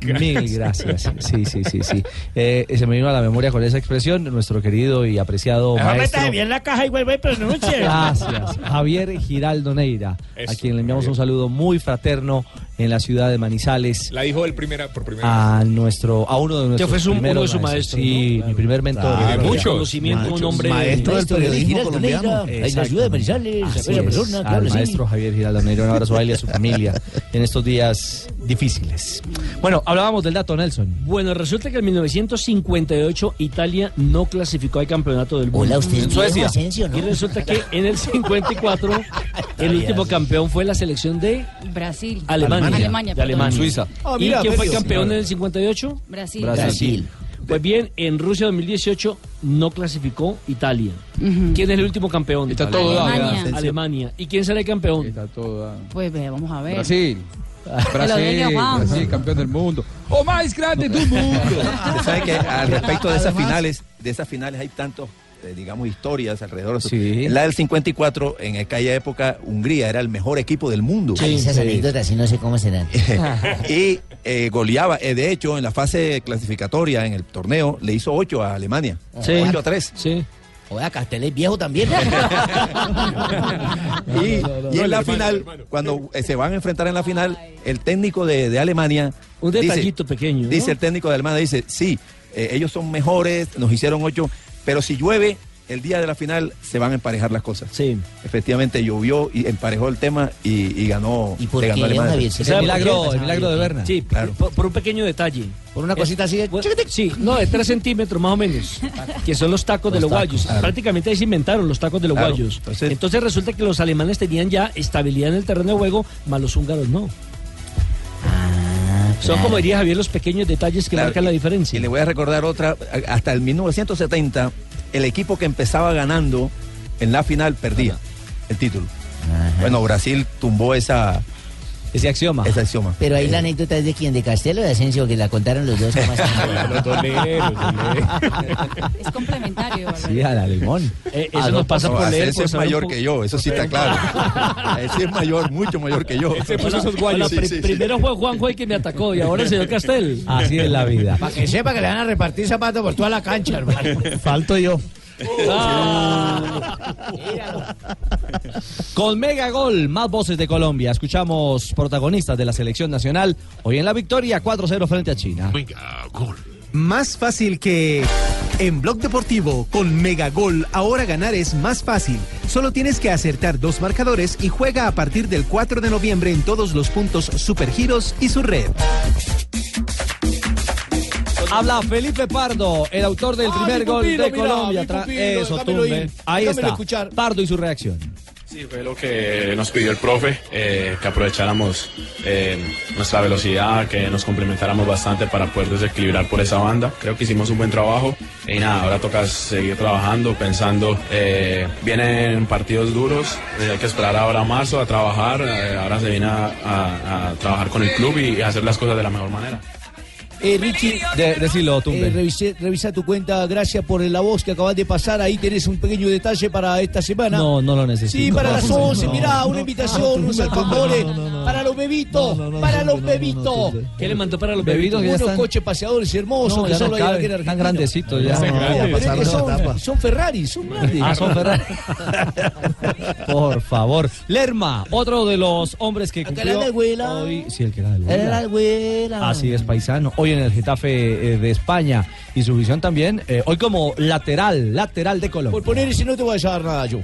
Speaker 3: Mil gracias. Sí, sí, sí, sí. Eh, se me vino a la memoria con esa expresión nuestro querido y apreciado maestro.
Speaker 31: bien la caja y vuelve y pronuncie.
Speaker 3: Gracias. Ah, Javier Giraldo Neira, a
Speaker 10: Eso,
Speaker 3: quien le enviamos un saludo muy fraterno en la ciudad de Manizales.
Speaker 10: La dijo el primera, por primera vez.
Speaker 3: A nuestro, a uno de nuestros
Speaker 10: fue su- uno de
Speaker 3: primeros
Speaker 10: sus
Speaker 3: maestros, sí, mi primer mentor.
Speaker 10: Claro. De muchos.
Speaker 3: Conocimiento,
Speaker 10: Muchos. Maestro del periodismo colombiano.
Speaker 3: Exactamente.
Speaker 28: En la ciudad de Manizales, a
Speaker 3: Así
Speaker 28: ver a
Speaker 3: es,
Speaker 28: persona,
Speaker 3: al
Speaker 28: claro, sí.
Speaker 3: maestro Javier Giraldo Neira, un abrazo a él y a su familia en estos días difíciles. Bueno, hablábamos del dato, Nelson.
Speaker 6: Bueno, resulta que en 1958 Italia no clasificó al campeonato del mundo.
Speaker 28: Hola, usted es
Speaker 6: en
Speaker 28: viejo,
Speaker 6: Suecia.
Speaker 28: Asensio, ¿no?
Speaker 6: Y resulta que en el 54 el último campeón fue la selección de
Speaker 5: Brasil.
Speaker 6: Alemania.
Speaker 5: Alemania,
Speaker 6: de
Speaker 5: perdón.
Speaker 6: Alemania.
Speaker 5: Ah,
Speaker 6: ¿Y
Speaker 5: mira,
Speaker 6: quién fue
Speaker 5: Pedro.
Speaker 6: campeón en el 58?
Speaker 5: Brasil.
Speaker 6: Pues bien, en Rusia 2018 no clasificó Italia.
Speaker 5: Ujú.
Speaker 6: ¿Quién es el último campeón?
Speaker 5: Está todo dado. Alemania.
Speaker 6: Alemania. Alemania. ¿Y quién será el campeón? Está
Speaker 5: Pues ve, vamos a ver.
Speaker 16: Brasil.
Speaker 5: Brasil,
Speaker 16: Brasil, Brasil, campeón del mundo. O más grande del mundo.
Speaker 12: Usted sabe que al respecto de esas
Speaker 16: Además-
Speaker 12: finales, de esas finales hay tantos eh, digamos historias alrededor de eso.
Speaker 28: Sí.
Speaker 12: En la del 54 en aquella época Hungría era el mejor equipo del mundo
Speaker 28: Ay, esas anécdotas, y no sé cómo serán.
Speaker 21: Ah,
Speaker 12: y eh, goleaba Eh, de hecho en la fase clasificatoria en el torneo le hizo 8 a Alemania
Speaker 28: Sí.
Speaker 12: 8 a 3
Speaker 6: sí.
Speaker 28: Oiga, Castel es viejo también.
Speaker 12: Y,
Speaker 28: no, no.
Speaker 12: y
Speaker 28: No,
Speaker 12: en
Speaker 28: el
Speaker 12: la
Speaker 28: hermano,
Speaker 12: final,
Speaker 28: el
Speaker 12: cuando eh, se van a enfrentar en la final, el técnico de, de Alemania.
Speaker 6: Un detallito pequeño. ¿no?
Speaker 12: Dice el técnico de Alemania, dice, sí, eh, ellos son mejores, nos hicieron ocho, pero si llueve, el día de la final se van a emparejar las cosas.
Speaker 6: Sí.
Speaker 12: Efectivamente llovió y emparejó el tema y, y ganó. ¿Y
Speaker 28: qué, Javier? Si ¿Sabe por qué?
Speaker 6: el milagro de
Speaker 12: Berna.
Speaker 6: Sí, por, por un pequeño detalle. Por
Speaker 28: una cosita así de...
Speaker 6: Sí, no, de 3 centímetros más o menos, que son los tacos de
Speaker 28: Los
Speaker 6: los
Speaker 28: tacos,
Speaker 6: guayos.
Speaker 28: claro.
Speaker 6: Prácticamente ahí se inventaron los tacos de los
Speaker 28: Claro, pues
Speaker 6: guayos.
Speaker 28: entonces-
Speaker 6: Entonces, resulta que los alemanes tenían ya estabilidad en el terreno de juego, más los húngaros no. Son como diría Javier los pequeños detalles que
Speaker 12: Claro,
Speaker 6: marcan la diferencia.
Speaker 12: Y le voy a recordar otra, a- hasta el 1970, el equipo que empezaba ganando en la final perdía el título. Bueno, Brasil tumbó esa...
Speaker 3: Ese axioma.
Speaker 12: Ese axioma. Eh,
Speaker 28: Pero ahí la anécdota es de quién, de Castelo o de Asensio, que la contaron los dos. ¿cómo así?
Speaker 5: Es complementario. ¿verdad?
Speaker 28: Sí, a la limón.
Speaker 6: Eh,
Speaker 28: eso nos pasa por leer,
Speaker 12: Ese
Speaker 28: por
Speaker 12: es
Speaker 28: saber un
Speaker 12: mayor
Speaker 28: po-
Speaker 12: que yo, eso sí está claro. Ese es mayor, mucho mayor que yo.
Speaker 6: Hola, hola, pri- primero fue Juanjo el que me atacó y ahora el señor Castel.
Speaker 3: Así es la vida.
Speaker 28: Para que sepa que le van a repartir zapatos por toda la cancha, hermano.
Speaker 9: Falto yo.
Speaker 20: Ah.
Speaker 3: Con Mega Gol, más voces de Colombia. Escuchamos protagonistas de la selección nacional. Hoy en la victoria 4-0 frente a China.
Speaker 2: Más fácil que... En Blog Deportivo, con Megagol, ahora ganar es más fácil. Solo tienes que acertar dos marcadores y juega a partir del 4 de noviembre en todos los puntos Supergiros y su red.
Speaker 3: Habla Felipe Pardo, el autor del primer
Speaker 1: mi
Speaker 3: gol
Speaker 1: pupilo,
Speaker 3: de
Speaker 1: mira,
Speaker 3: Colombia.
Speaker 1: mi
Speaker 3: Tra-
Speaker 1: pupilo,
Speaker 3: Eso,
Speaker 1: déjamelo
Speaker 3: tumbe.
Speaker 1: ir,
Speaker 3: Ahí
Speaker 1: déjamelo
Speaker 3: está.
Speaker 1: escuchar.
Speaker 3: Pardo y su reacción.
Speaker 24: Sí, fue lo que nos pidió el profe, eh, que aprovecháramos eh, nuestra velocidad, que nos complementáramos bastante para poder desequilibrar por esa banda. Creo que hicimos un buen trabajo y nada, ahora toca seguir trabajando, pensando, eh, vienen partidos duros, eh, hay que esperar ahora a marzo a trabajar, eh, ahora se viene a, a- a trabajar con el club y hacer las cosas de la mejor manera.
Speaker 1: Eh, Richie,
Speaker 3: De- decilo, Tumbe.
Speaker 1: eh, revisé- revisa tu cuenta, gracias por la voz que acabas de pasar, ahí tenés un pequeño detalle para esta semana.
Speaker 3: No, no lo necesito.
Speaker 1: Sí, para
Speaker 3: No,
Speaker 1: las
Speaker 3: no,
Speaker 1: 11,
Speaker 3: no,
Speaker 1: mirá,
Speaker 3: no,
Speaker 1: una
Speaker 3: no,
Speaker 1: invitación,
Speaker 3: no,
Speaker 1: unos
Speaker 3: no, no,
Speaker 1: alfajores,
Speaker 3: no,
Speaker 1: para los bebitos, para los bebitos.
Speaker 6: ¿Qué le mandó para los
Speaker 3: Bebitos que ya
Speaker 1: Unos
Speaker 3: están-
Speaker 1: coches paseadores hermosos
Speaker 3: No,
Speaker 1: que
Speaker 3: ya
Speaker 1: solo
Speaker 3: no
Speaker 1: hay
Speaker 3: caben,
Speaker 1: aquí en
Speaker 3: están
Speaker 1: Argentina.
Speaker 3: grandecitos ya. Ya están grandes.
Speaker 1: pero es que
Speaker 3: Pasaron la
Speaker 1: son,
Speaker 3: etapa.
Speaker 1: son Ferrari, son grandes.
Speaker 3: Ah, son Ferrari. Por favor. Lerma, otro de los hombres que
Speaker 1: Acá era
Speaker 3: cumplió
Speaker 1: la abuela.
Speaker 3: hoy. Ah, Sí, el que era del
Speaker 1: Era la
Speaker 3: Huila.
Speaker 1: abuela.
Speaker 3: Así es, paisano. Hoy en el Getafe eh, de España. Y su visión también. eh, hoy como lateral, lateral de Colombia.
Speaker 1: Por poner ese no te voy a llevar nada yo.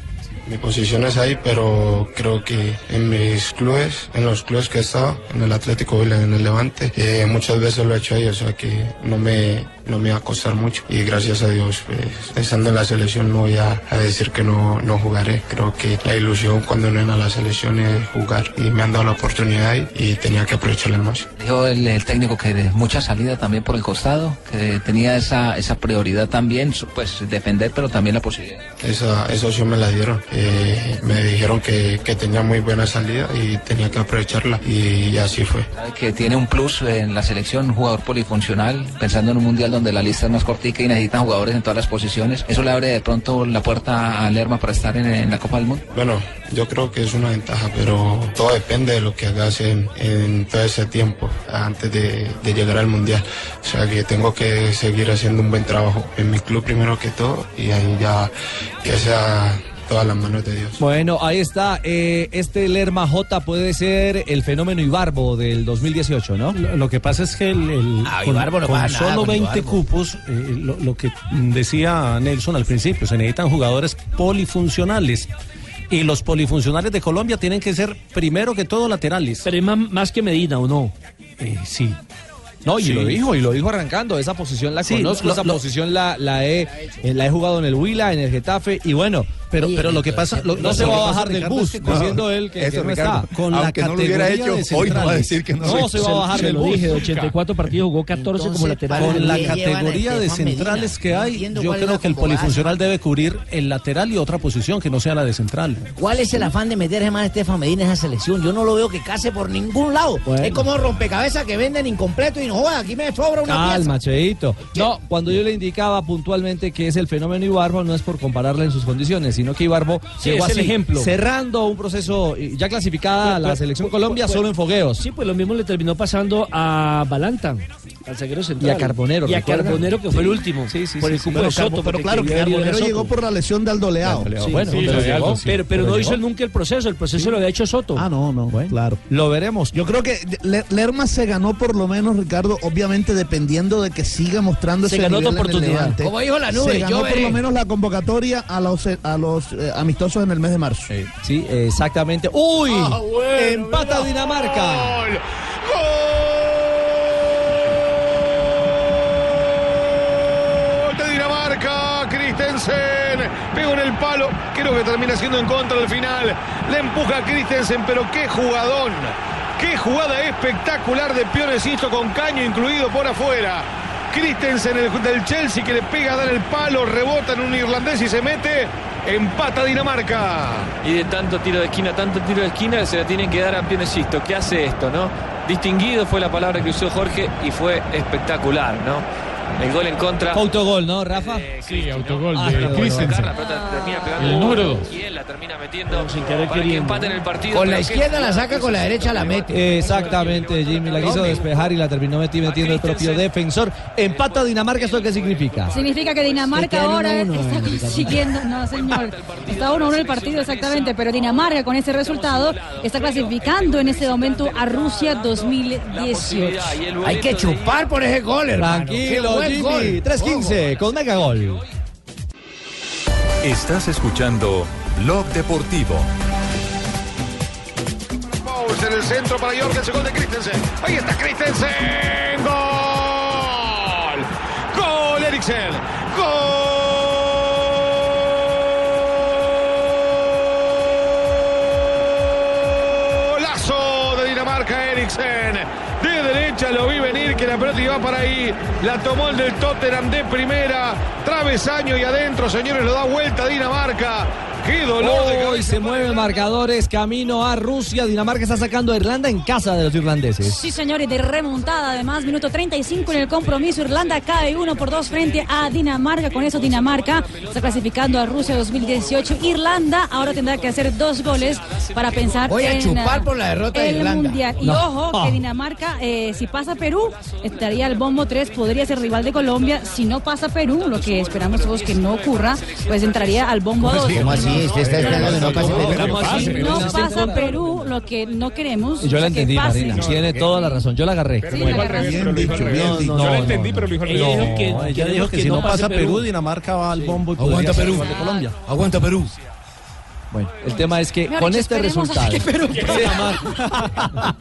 Speaker 7: Mi posición es ahí, pero creo que en mis clubes, en los clubes que he estado, en el Atlético Vila, en el Levante, eh, muchas veces lo he hecho ahí, o sea que no me,
Speaker 22: no me va a costar mucho. Y gracias a Dios, pues, estando en la selección no voy a, a decir que no, no jugaré. Creo que la ilusión cuando no a la selección es jugar y me han dado la oportunidad y, y tenía que aprovecharla al máximo.
Speaker 13: Dijo el, el técnico que de mucha salida también por el costado, que tenía esa, esa prioridad también, su- pues defender, pero también la posibilidad.
Speaker 22: Esa, esa opción me la dieron. Eh, me dijeron que, que tenía muy buena salida y tenía que aprovecharla y, así fue.
Speaker 13: Sabe Que tiene un plus en la selección, un jugador polifuncional, pensando en un mundial donde la lista es más cortica y necesitan jugadores en todas las posiciones. Eso le abre de pronto la puerta a Lerma para estar en, en la Copa del Mundo.
Speaker 22: Bueno, yo creo que es una ventaja, pero todo depende de lo que hagas en, en todo ese tiempo antes de, de llegar al Mundial. O sea que tengo que seguir haciendo un buen trabajo en mi club primero que todo y ahí ya que sea todas las manos de Dios.
Speaker 3: Bueno, ahí está. eh, este Lerma J puede ser el fenómeno Ibarbo del 2018, ¿no?
Speaker 2: Lo, lo que pasa es que el, el- con,
Speaker 3: Ibarbo no
Speaker 2: con
Speaker 3: pasa nada
Speaker 2: solo
Speaker 3: con
Speaker 2: 20
Speaker 3: Ibarbo.
Speaker 2: cupos, eh, lo, lo que mm, decía Nelson al principio, se necesitan jugadores polifuncionales. Y los polifuncionales de Colombia tienen que ser primero que todo laterales. Pero es más, que Medina, ¿o no? sí.
Speaker 3: No, y
Speaker 2: Sí.
Speaker 3: lo dijo, y lo dijo arrancando. Esa posición la
Speaker 2: Sí,
Speaker 3: conozco,
Speaker 2: lo-
Speaker 3: esa
Speaker 2: lo-
Speaker 3: posición la, la, he, eh, la he jugado en el Huila, en el Getafe, y bueno.
Speaker 2: Pero, pero lo que pasa. eh, lo-
Speaker 3: no
Speaker 2: lo
Speaker 3: se
Speaker 2: que
Speaker 3: va a
Speaker 2: pasa,
Speaker 3: bajar del
Speaker 2: Ricardo, es
Speaker 3: bus,
Speaker 2: que-
Speaker 3: diciendo él que,
Speaker 2: Eso,
Speaker 3: que no
Speaker 2: Ricardo,
Speaker 3: está.
Speaker 2: Con la categoría de centrales.
Speaker 3: No se va a bajar
Speaker 6: se
Speaker 3: del
Speaker 6: lo
Speaker 3: bus.
Speaker 6: dije, de 84 partidos jugó 14 como lateral.
Speaker 2: Con la
Speaker 28: este
Speaker 2: categoría de centrales que hay, yo creo que el polifuncional debe cubrir el lateral y otra posición que no sea la de central.
Speaker 1: ¿Cuál es el afán de meter más a Estefan Medina en esa selección? Yo no lo veo que case por ningún lado. Es como rompecabezas que venden incompleto y no joda, aquí me sobra una
Speaker 3: Calma, Cheito. No, cuando yo le indicaba puntualmente que es el fenómeno Ibarbo, no es por compararla en sus condiciones, sino que Ibarbo
Speaker 6: Sí,
Speaker 3: llegó
Speaker 6: es el
Speaker 3: así,
Speaker 6: ejemplo.
Speaker 3: cerrando un proceso eh, ya clasificada a la
Speaker 6: Pues-
Speaker 3: selección
Speaker 6: pues-
Speaker 3: Colombia
Speaker 6: pues-
Speaker 3: solo en fogueos.
Speaker 6: Sí, pues lo mismo le terminó pasando a Balanta, al zaguero central.
Speaker 3: Y a Carbonero,
Speaker 6: Y a
Speaker 3: ¿recuerdan?
Speaker 6: Carbonero, que fue el último. por el cupo
Speaker 9: Pero,
Speaker 6: de Soto.
Speaker 9: Carbo- pero
Speaker 6: porque
Speaker 9: claro, que
Speaker 6: quería abrir a
Speaker 9: Carbonero
Speaker 6: Soto.
Speaker 9: llegó por la lesión de Aldo Leao.
Speaker 3: Leao, bueno, pero llegó.
Speaker 6: Pero, pero no hizo
Speaker 9: el
Speaker 6: nunca el proceso, el proceso lo había hecho Soto.
Speaker 9: Ah, no, no, claro.
Speaker 3: Lo veremos.
Speaker 9: Yo creo que Le- Lerma se ganó por lo menos, Ricardo, obviamente dependiendo de que siga mostrando
Speaker 1: Se
Speaker 9: ese
Speaker 1: ganó tu
Speaker 9: nivel en el
Speaker 1: oportunidad.
Speaker 9: Levante.
Speaker 1: Como dijo la nube,
Speaker 9: se
Speaker 1: yo
Speaker 9: ganó por
Speaker 1: veré.
Speaker 9: lo menos la convocatoria a los, eh, a los eh, amistosos en el mes de marzo.
Speaker 3: Sí, exactamente. ¡Uy!
Speaker 10: Oh,
Speaker 3: Empata Dinamarca.
Speaker 17: Gol de Dinamarca, Christensen. Pegó en el palo, creo que termina siendo en contra al final. Le empuja a Christensen, pero qué jugadón. Qué jugada espectacular de Pionecito con caño incluido por afuera. Christensen el, del Chelsea que le pega a dar el palo, rebota en un irlandés y se mete. Empata Dinamarca.
Speaker 18: Y de tanto tiro de esquina, tanto tiro de esquina, se la tienen que dar a Pionecisto. ¿Qué hace esto, no? Distinguido fue la palabra que usó Jorge y fue espectacular, ¿no? El gol en contra.
Speaker 3: Autogol, ¿no, Rafa?
Speaker 18: sí,
Speaker 32: autogol
Speaker 18: Ah,
Speaker 32: de
Speaker 18: pero
Speaker 32: Christensen.
Speaker 18: la pelota termina pegando
Speaker 32: El
Speaker 18: a
Speaker 32: número
Speaker 18: uno.
Speaker 32: dos.
Speaker 18: Y él la termina metiendo para que empaten el partido.
Speaker 1: Con la
Speaker 18: pero qué
Speaker 1: izquierda la
Speaker 18: jugada
Speaker 1: saca, con la
Speaker 18: de
Speaker 1: derecha la mete.
Speaker 3: Exactamente, Jimmy. La quiso despejar y la terminó meti- metiendo el propio defensor. Empata Dinamarca, ¿esto qué significa?
Speaker 5: Significa que Dinamarca
Speaker 3: Se queda en
Speaker 5: ahora
Speaker 3: uno a uno,
Speaker 5: está
Speaker 3: eh,
Speaker 5: consiguiendo, no señor, está uno a uno el partido exactamente, pero Dinamarca con ese resultado está clasificando en este momento a Rusia 2018.
Speaker 1: Hay que chupar por ese gol, hermano.
Speaker 3: Tranquilo, Jimmy. 3-15 con Megagol.
Speaker 8: Estás escuchando Blog Deportivo.
Speaker 17: Pauls en el centro para Jorge, el gol de Christensen. Ahí está Christensen. Gol. Gol Eriksen. Golazo de Dinamarca Eriksen. De derecha lo vi venir que la pelota iba para ahí. La tomó el del Tottenham de primera. Travesaño y adentro, señores, lo da vuelta Dinamarca. Qué dolor de
Speaker 3: Hoy se mueven marcadores camino a Rusia. Dinamarca está sacando a Irlanda en casa de los irlandeses.
Speaker 5: Sí, señores, de remontada además, minuto 35 en el compromiso. Irlanda cae uno por dos frente a Dinamarca. Con eso Dinamarca está clasificando a Rusia 2018. Irlanda ahora tendrá que hacer dos goles para pensar
Speaker 1: Voy a
Speaker 5: en
Speaker 1: chupar
Speaker 5: ah,
Speaker 1: por la derrota de
Speaker 5: el
Speaker 1: Irlanda.
Speaker 5: Mundial. Y
Speaker 1: No.
Speaker 5: ojo,
Speaker 1: Ah.
Speaker 5: que Dinamarca, eh, si pasa Perú, estaría el bombo 3, podría ser rival de Colombia. Si no pasa Perú, lo que esperamos todos que no ocurra, pues entraría al bombo 2.
Speaker 1: ¿Cómo así? Usted está esperando que no pase Perú.
Speaker 5: Pero si no
Speaker 1: Usted está en
Speaker 5: pasa Perú, lo que no queremos
Speaker 3: Yo la
Speaker 5: es que
Speaker 3: entendí,
Speaker 5: pase.
Speaker 3: Marina. Tiene toda la razón. Yo la agarré.
Speaker 2: Yo lo
Speaker 3: entendí,
Speaker 2: pero lo dijo al revés. No,
Speaker 3: que-
Speaker 2: ella dijo que si no pasa Perú, Dinamarca va al bombo y podría
Speaker 33: Aguanta
Speaker 2: ser
Speaker 33: Perú.
Speaker 2: rival de Colombia.
Speaker 33: Aguanta Perú.
Speaker 3: Bueno, el tema es que con este resultado.
Speaker 21: Bueno, pero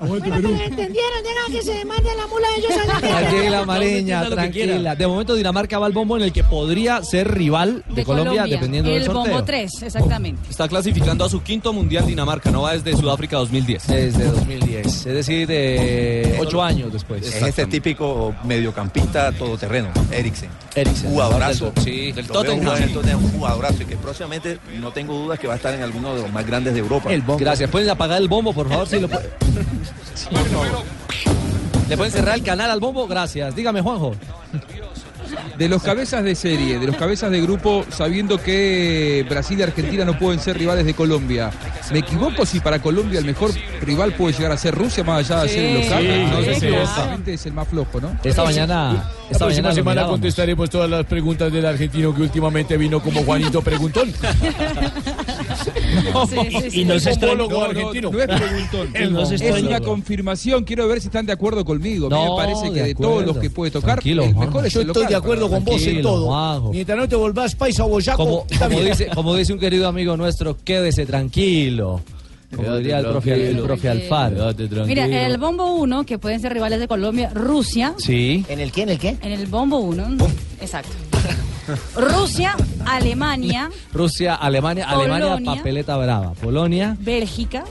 Speaker 21: me entendieron, deja que se demande la mula de ellos a la gente.
Speaker 3: Tranquila, Mareña,
Speaker 21: Entienda lo que
Speaker 3: tranquila. De momento Dinamarca va al bombo en el que podría ser rival de, Colombia, dependiendo del
Speaker 5: el
Speaker 3: sorteo.
Speaker 5: bombo 3, exactamente.
Speaker 27: Está clasificando a su quinto mundial Dinamarca, no va desde Sudáfrica 2010.
Speaker 3: Desde 2010, es decir, de ocho años después.
Speaker 12: Eh, Es este típico mediocampista todoterreno, Eriksen.
Speaker 3: Eriksen.
Speaker 12: Jugadorazo.
Speaker 3: Sí, del
Speaker 12: Lo veo
Speaker 3: Tottenham.
Speaker 12: jugar en el Tottenham, un jugadorazo. Y que próximamente no tengo dudas que va a estar en alguno de los más grandes de Europa.
Speaker 3: El bombo. Gracias. ¿Pueden apagar el bombo, por favor? Si lo pu- ¿Le pueden cerrar el canal al bombo? Gracias. Dígame, Juanjo.
Speaker 7: De los cabezas de serie, de los cabezas de grupo, sabiendo que Brasil y Argentina no pueden ser rivales de Colombia, ¿me equivoco si para Colombia el mejor rival puede llegar a ser Rusia más allá de ser el
Speaker 16: Sí,
Speaker 7: local?
Speaker 16: sí,
Speaker 7: Entonces,
Speaker 16: sí, claro.
Speaker 7: obviamente es el más flojo, ¿no?
Speaker 3: Esta mañana-
Speaker 4: La
Speaker 3: esta mañana
Speaker 4: próxima
Speaker 3: lo
Speaker 4: semana
Speaker 3: mirábamos.
Speaker 4: contestaremos todas las preguntas del argentino que últimamente vino como Juanito Preguntón.
Speaker 7: Y no se extrañe-
Speaker 4: Homólogo
Speaker 7: no, no,
Speaker 4: argentino.
Speaker 7: no es preguntón.
Speaker 4: El
Speaker 7: No se
Speaker 4: homólogo.
Speaker 7: es una confirmación. Quiero ver si están de acuerdo conmigo. A mí
Speaker 4: No,
Speaker 7: me parece que
Speaker 4: de
Speaker 7: de, todos
Speaker 4: acuerdo.
Speaker 7: los que puede tocar,
Speaker 4: Tranquilo,
Speaker 7: el
Speaker 4: Juanjo.
Speaker 7: mejor es
Speaker 4: Yo
Speaker 7: el
Speaker 4: estoy
Speaker 7: local.
Speaker 4: de acuerdo con vos en
Speaker 3: Tranquilo,
Speaker 4: todo.
Speaker 3: Juaco.
Speaker 1: Mientras no te volvás paisa o boyaco,
Speaker 3: Como,
Speaker 1: está
Speaker 3: como
Speaker 1: bien.
Speaker 3: dice, como dice un querido amigo nuestro, quédese tranquilo. Como diría el profe, el profe Alfaro.
Speaker 5: Mira, en el bombo 1, que pueden ser rivales de Colombia, Rusia.
Speaker 3: Sí.
Speaker 5: ¿En el qué? ¿En el qué? En el bombo 1. Exacto. Rusia, Alemania,
Speaker 3: Rusia, Alemania, Alemania,
Speaker 21: Polonia.
Speaker 3: papeleta brava. Polonia,
Speaker 5: Bélgica.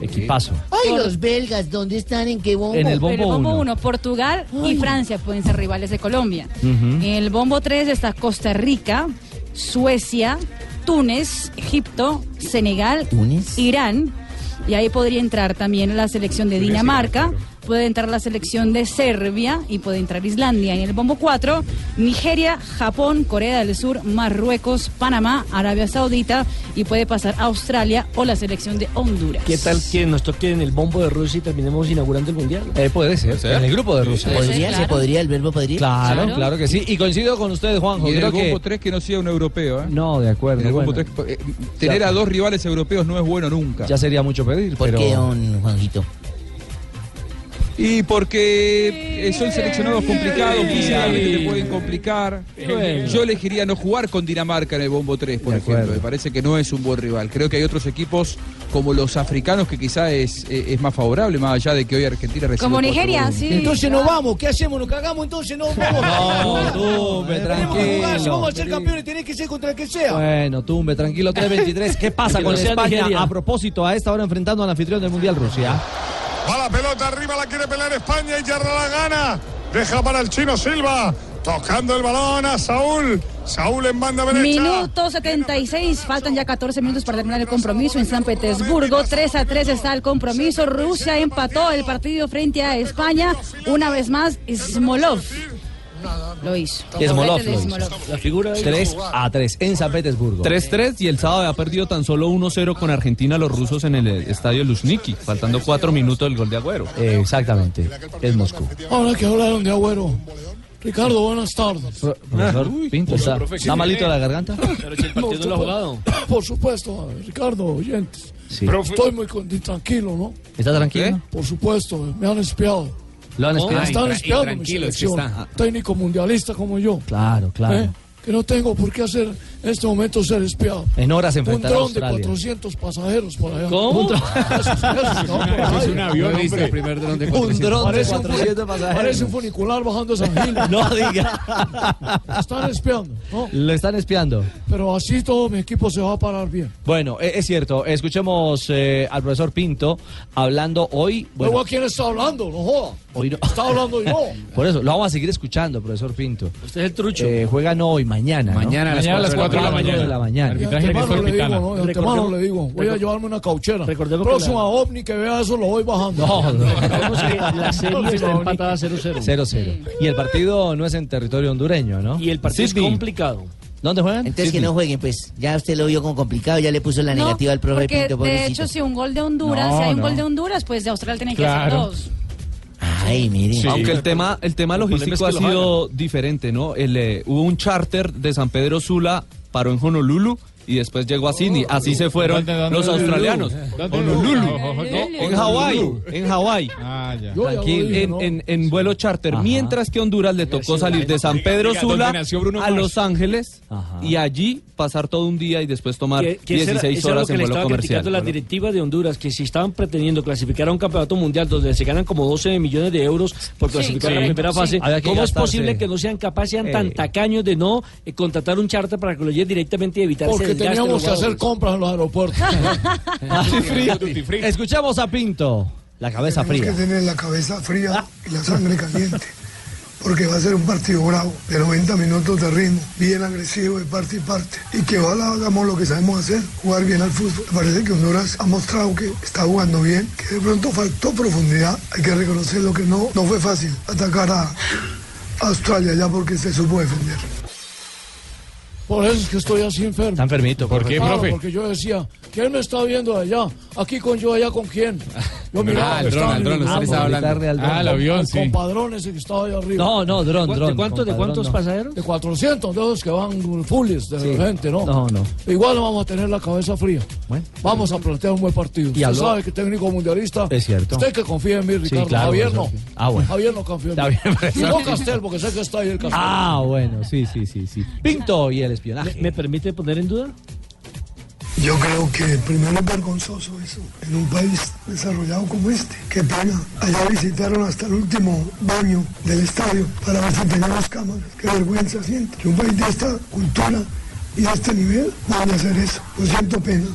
Speaker 3: equipazo.
Speaker 21: Ay, los belgas, ¿dónde están? ¿En qué bombo?
Speaker 3: En el bombo
Speaker 5: Pero el bombo
Speaker 3: uno.
Speaker 5: 1, Portugal y Francia pueden ser rivales de Colombia. En el bombo 3 está Costa Rica, Suecia, Túnez, Egipto, Senegal, Irán. Y ahí podría entrar también la selección de Dinamarca, puede entrar la selección de Serbia y puede entrar Islandia. En el bombo 4, Nigeria, Japón, Corea del Sur, Marruecos, Panamá, Arabia Saudita y puede pasar Australia o la selección de Honduras.
Speaker 6: ¿Qué tal que nos toquen el bombo de Rusia y terminemos inaugurando el mundial?
Speaker 3: Eh, puede ser. En el grupo de Rusia.
Speaker 6: Podría, se podría,
Speaker 21: el verbo podría.
Speaker 3: Claro, claro, que sí. Y coincido con ustedes, Juanjo.
Speaker 7: Y en
Speaker 3: Creo
Speaker 7: el
Speaker 3: que
Speaker 7: grupo 3 que no sea un europeo, ¿eh?
Speaker 3: No, de acuerdo.
Speaker 7: En el grupo
Speaker 3: bueno.
Speaker 7: tres, eh, tener a dos rivales europeos no es bueno nunca.
Speaker 3: ya sería mucho pedir.
Speaker 7: ¿Por
Speaker 3: pero...
Speaker 7: qué,
Speaker 21: don Juanjito?
Speaker 7: Y porque eh, son seleccionados complicados, físicamente te pueden complicar.
Speaker 16: Bueno.
Speaker 7: Yo elegiría no jugar con Dinamarca en el Bombo 3, por ejemplo. Me parece que no es un buen rival. Creo que hay otros equipos como los africanos que quizá es, eh, es más favorable, más allá de que hoy Argentina recibe
Speaker 5: Como
Speaker 7: cuatro
Speaker 5: Nigeria,
Speaker 7: goles.
Speaker 5: sí.
Speaker 1: Entonces no vamos, ¿qué hacemos? ¿Nos cagamos entonces? No, vamos.
Speaker 3: No, Tumbe,
Speaker 1: Tenemos que jugar, si
Speaker 3: tranquilo.
Speaker 1: vamos a ser campeones, tenés que ser contra el que sea.
Speaker 3: Bueno, tumbe, tranquilo, 323. ¿Qué pasa
Speaker 1: Que
Speaker 3: con
Speaker 1: no sea
Speaker 3: España
Speaker 1: Nigeria.
Speaker 3: a propósito a esta hora enfrentando al anfitrión del Mundial Rusia?
Speaker 25: Va la pelota arriba, la quiere pelear España y ya la gana. Deja para el chino Silva. Tocando el balón a Saúl. Saúl en banda derecha.
Speaker 5: Minuto 76, faltan ya 14 minutos para terminar el compromiso en San Petersburgo. 3 a 3 está el compromiso. Rusia empató el partido frente a España. Una vez más, Smolov lo hizo.
Speaker 3: Smolov
Speaker 5: Doblete de
Speaker 3: lo hizo.
Speaker 6: La figura
Speaker 3: 3 a 3 en San Petersburgo.
Speaker 27: 3-3 y el sábado ha perdido tan solo 1-0 con Argentina los rusos en el eh, estadio Luzhniki, faltando 4 minutos del gol de Agüero.
Speaker 3: exactamente, es Moscú.
Speaker 4: Ahora que hablaron de Agüero. Ricardo, buenas tardes.
Speaker 27: Ah,
Speaker 3: Profesor Pinto, ¿está,
Speaker 4: profe,
Speaker 3: está
Speaker 4: sí.
Speaker 3: malito de la garganta?
Speaker 4: No,
Speaker 6: partido no lo ha
Speaker 4: por-
Speaker 6: jugado.
Speaker 4: Por supuesto, eh, Ricardo, oyentes.
Speaker 3: Sí. Profe.
Speaker 4: Estoy muy con- tranquilo, ¿no?
Speaker 3: ¿Está tranquilo?
Speaker 4: Por supuesto, eh, me han espiado.
Speaker 3: Lo han espiado.
Speaker 4: Me están
Speaker 3: Ay, tra-
Speaker 4: espiando
Speaker 3: y
Speaker 4: mi
Speaker 3: tranquilo, es que
Speaker 4: selección.
Speaker 3: está.
Speaker 4: Técnico mundialista como yo.
Speaker 3: Claro, claro.
Speaker 4: ¿eh? Que no tengo por qué hacer en este momento ser espiado.
Speaker 3: En horas
Speaker 4: Un
Speaker 3: enfrentar a
Speaker 4: dron de
Speaker 3: Australia.
Speaker 4: 400 pasajeros por allá.
Speaker 3: ¿Cómo?
Speaker 4: Un dron. Eso es, ¿no? Por
Speaker 3: Eso es
Speaker 4: ahí.
Speaker 3: un avión,
Speaker 4: Hombre,
Speaker 3: dice.
Speaker 4: primer dron de
Speaker 3: Un dron de
Speaker 4: 400 Parece
Speaker 3: 400 pasajeros.
Speaker 4: Parece un funicular bajando San Gil.
Speaker 3: No diga.
Speaker 4: Están espiando, ¿no?
Speaker 3: Lo están espiando.
Speaker 4: Pero así todo mi equipo se va a parar bien.
Speaker 3: Bueno, e- es cierto. Escuchemos eh, al profesor Pinto hablando hoy. bueno,
Speaker 4: Luego, ¿a quién está hablando? No joda.
Speaker 3: hoy no-
Speaker 4: Está hablando yo.
Speaker 3: Por eso, lo vamos a seguir escuchando, profesor Pinto.
Speaker 6: Usted es el trucho.
Speaker 3: Eh, juegan hoy, mañana. ¿no?
Speaker 6: Mañana a las Mañana a las cuatro de la cuatro de la mañana.
Speaker 4: De
Speaker 3: mañana.
Speaker 4: antemano le digo, ¿no? De antemano
Speaker 6: Recordemos-
Speaker 4: le digo, voy a
Speaker 6: recor-
Speaker 4: llevarme una cauchera.
Speaker 6: recordemos que
Speaker 4: Próxima
Speaker 6: la-
Speaker 4: ovni que vea eso lo voy bajando.
Speaker 3: No, no.
Speaker 6: Recordemos que la serie está empatada 0-0.
Speaker 3: 0-0. Y el partido no es en territorio hondureño, ¿no? Y
Speaker 6: el partido es complicado.
Speaker 3: ¿Dónde juegan?
Speaker 21: Entonces
Speaker 3: Sydney.
Speaker 21: que no jueguen, pues ya usted lo vio como complicado, ya le puso la
Speaker 5: No,
Speaker 21: negativa al profe
Speaker 5: porque
Speaker 21: Pinto,
Speaker 5: de
Speaker 21: pobrecito.
Speaker 5: hecho, si un gol de Honduras,
Speaker 27: No,
Speaker 5: si hay un
Speaker 27: no.
Speaker 5: gol de Honduras, pues de Australia tienen
Speaker 27: Claro.
Speaker 5: que hacer dos.
Speaker 21: Ay, mire.
Speaker 27: Sí. Aunque el tema, el tema
Speaker 21: El problema
Speaker 27: logístico
Speaker 21: es que lo
Speaker 27: ha sido diferente, ¿no? El, eh, hubo un charter de San Pedro Sula, paró en Honolulu
Speaker 21: y después llegó a Sydney. Así se fueron
Speaker 30: ¿Dónde, dónde,
Speaker 21: los
Speaker 30: dónde,
Speaker 21: australianos.
Speaker 30: dónde?
Speaker 21: Honolulu.
Speaker 30: ¿Dónde?
Speaker 21: No, En Hawái. En Hawái. Tranquilo. En, en- en vuelo charter. Mientras que Honduras le tocó salir de San Pedro
Speaker 10: Oiga, ¿dónde
Speaker 21: Sula
Speaker 10: nació Bruno
Speaker 21: a
Speaker 10: Mars?
Speaker 21: Los Ángeles y allí pasar todo un día y después tomar
Speaker 6: Eh, Que- que eso era-
Speaker 21: 16
Speaker 6: eso era lo
Speaker 21: horas
Speaker 6: que
Speaker 21: en
Speaker 6: le
Speaker 21: vuelo
Speaker 6: estaba
Speaker 21: comercial.
Speaker 6: criticando las directivas de Honduras, que si estaban pretendiendo clasificar a un campeonato mundial donde se ganan como 12 millones de euros por
Speaker 21: Sí,
Speaker 6: clasificar a la
Speaker 21: correcto,
Speaker 6: primera
Speaker 21: sí.
Speaker 6: fase,
Speaker 21: Había que
Speaker 6: ¿cómo es
Speaker 21: gastarse.
Speaker 6: posible que no sean capaces, sean
Speaker 21: Eh.
Speaker 6: tan tacaños de no eh, contratar un charter para que lo lleven directamente y evitar
Speaker 1: Porque
Speaker 6: ese desgaste de
Speaker 1: teníamos
Speaker 6: los
Speaker 1: que hacer
Speaker 6: jugadores?
Speaker 1: compras en los aeropuertos.
Speaker 3: Escuchamos a Pinto. La cabeza fría.
Speaker 27: Tenemos que tener la cabeza fría y la sangre caliente, porque va a ser un partido bravo, de 90 minutos de ritmo, bien agresivo de parte y parte, y que ojalá hagamos lo que sabemos hacer, jugar bien al fútbol. Me Parece que Honduras ha mostrado que está jugando bien, que de pronto faltó profundidad, hay que reconocer lo que no, no fue fácil, atacar a a Australia ya porque se supo defender.
Speaker 4: Por eso es que estoy así enfermo.
Speaker 3: Está enfermito.
Speaker 4: ¿Por
Speaker 3: profe.
Speaker 4: Claro, Porque yo decía, ¿quién me está viendo allá? Aquí con yo, allá con quién. Yo miraba
Speaker 30: Ah,
Speaker 4: que
Speaker 30: el dron,
Speaker 4: estaba
Speaker 30: al dron,
Speaker 4: en
Speaker 30: usted
Speaker 4: el
Speaker 30: le estaba
Speaker 4: campo.
Speaker 30: hablando. Ah, el avión,
Speaker 4: Al
Speaker 30: sí.
Speaker 4: compadrón ese que estaba allá arriba.
Speaker 30: No, no, dron, ¿De cuánto- dron, de cuántos- de compadrón, cuántos no.
Speaker 4: pasajeros? De 400, de esos que van fulles de
Speaker 30: Sí.
Speaker 4: gente, ¿no?
Speaker 30: No, no.
Speaker 4: Igual vamos a tener la cabeza fría. Vamos a plantear un buen partido. Usted
Speaker 3: habló-
Speaker 4: sabe que técnico mundialista.
Speaker 3: Es cierto.
Speaker 4: Usted que confía en mí, Ricardo.
Speaker 3: claro,
Speaker 4: Javier no.
Speaker 3: profesor. Ah, bueno.
Speaker 4: Javier no confía en
Speaker 3: Está
Speaker 4: mí.
Speaker 3: bien,
Speaker 4: y
Speaker 3: profesor.
Speaker 4: no Castel, porque sé que está ahí el Castel.
Speaker 3: Ah, bueno, sí, sí, sí, sí. Pinto y el espionaje.
Speaker 6: ¿Me permite poner en duda?
Speaker 27: Yo creo que primero es vergonzoso eso, en un país desarrollado como este. Qué pena. Allá visitaron hasta el último baño del estadio para ver si teníamos cámaras. Qué vergüenza siento. Que un país de esta cultura y de este nivel van a hacer eso. Lo siento pena.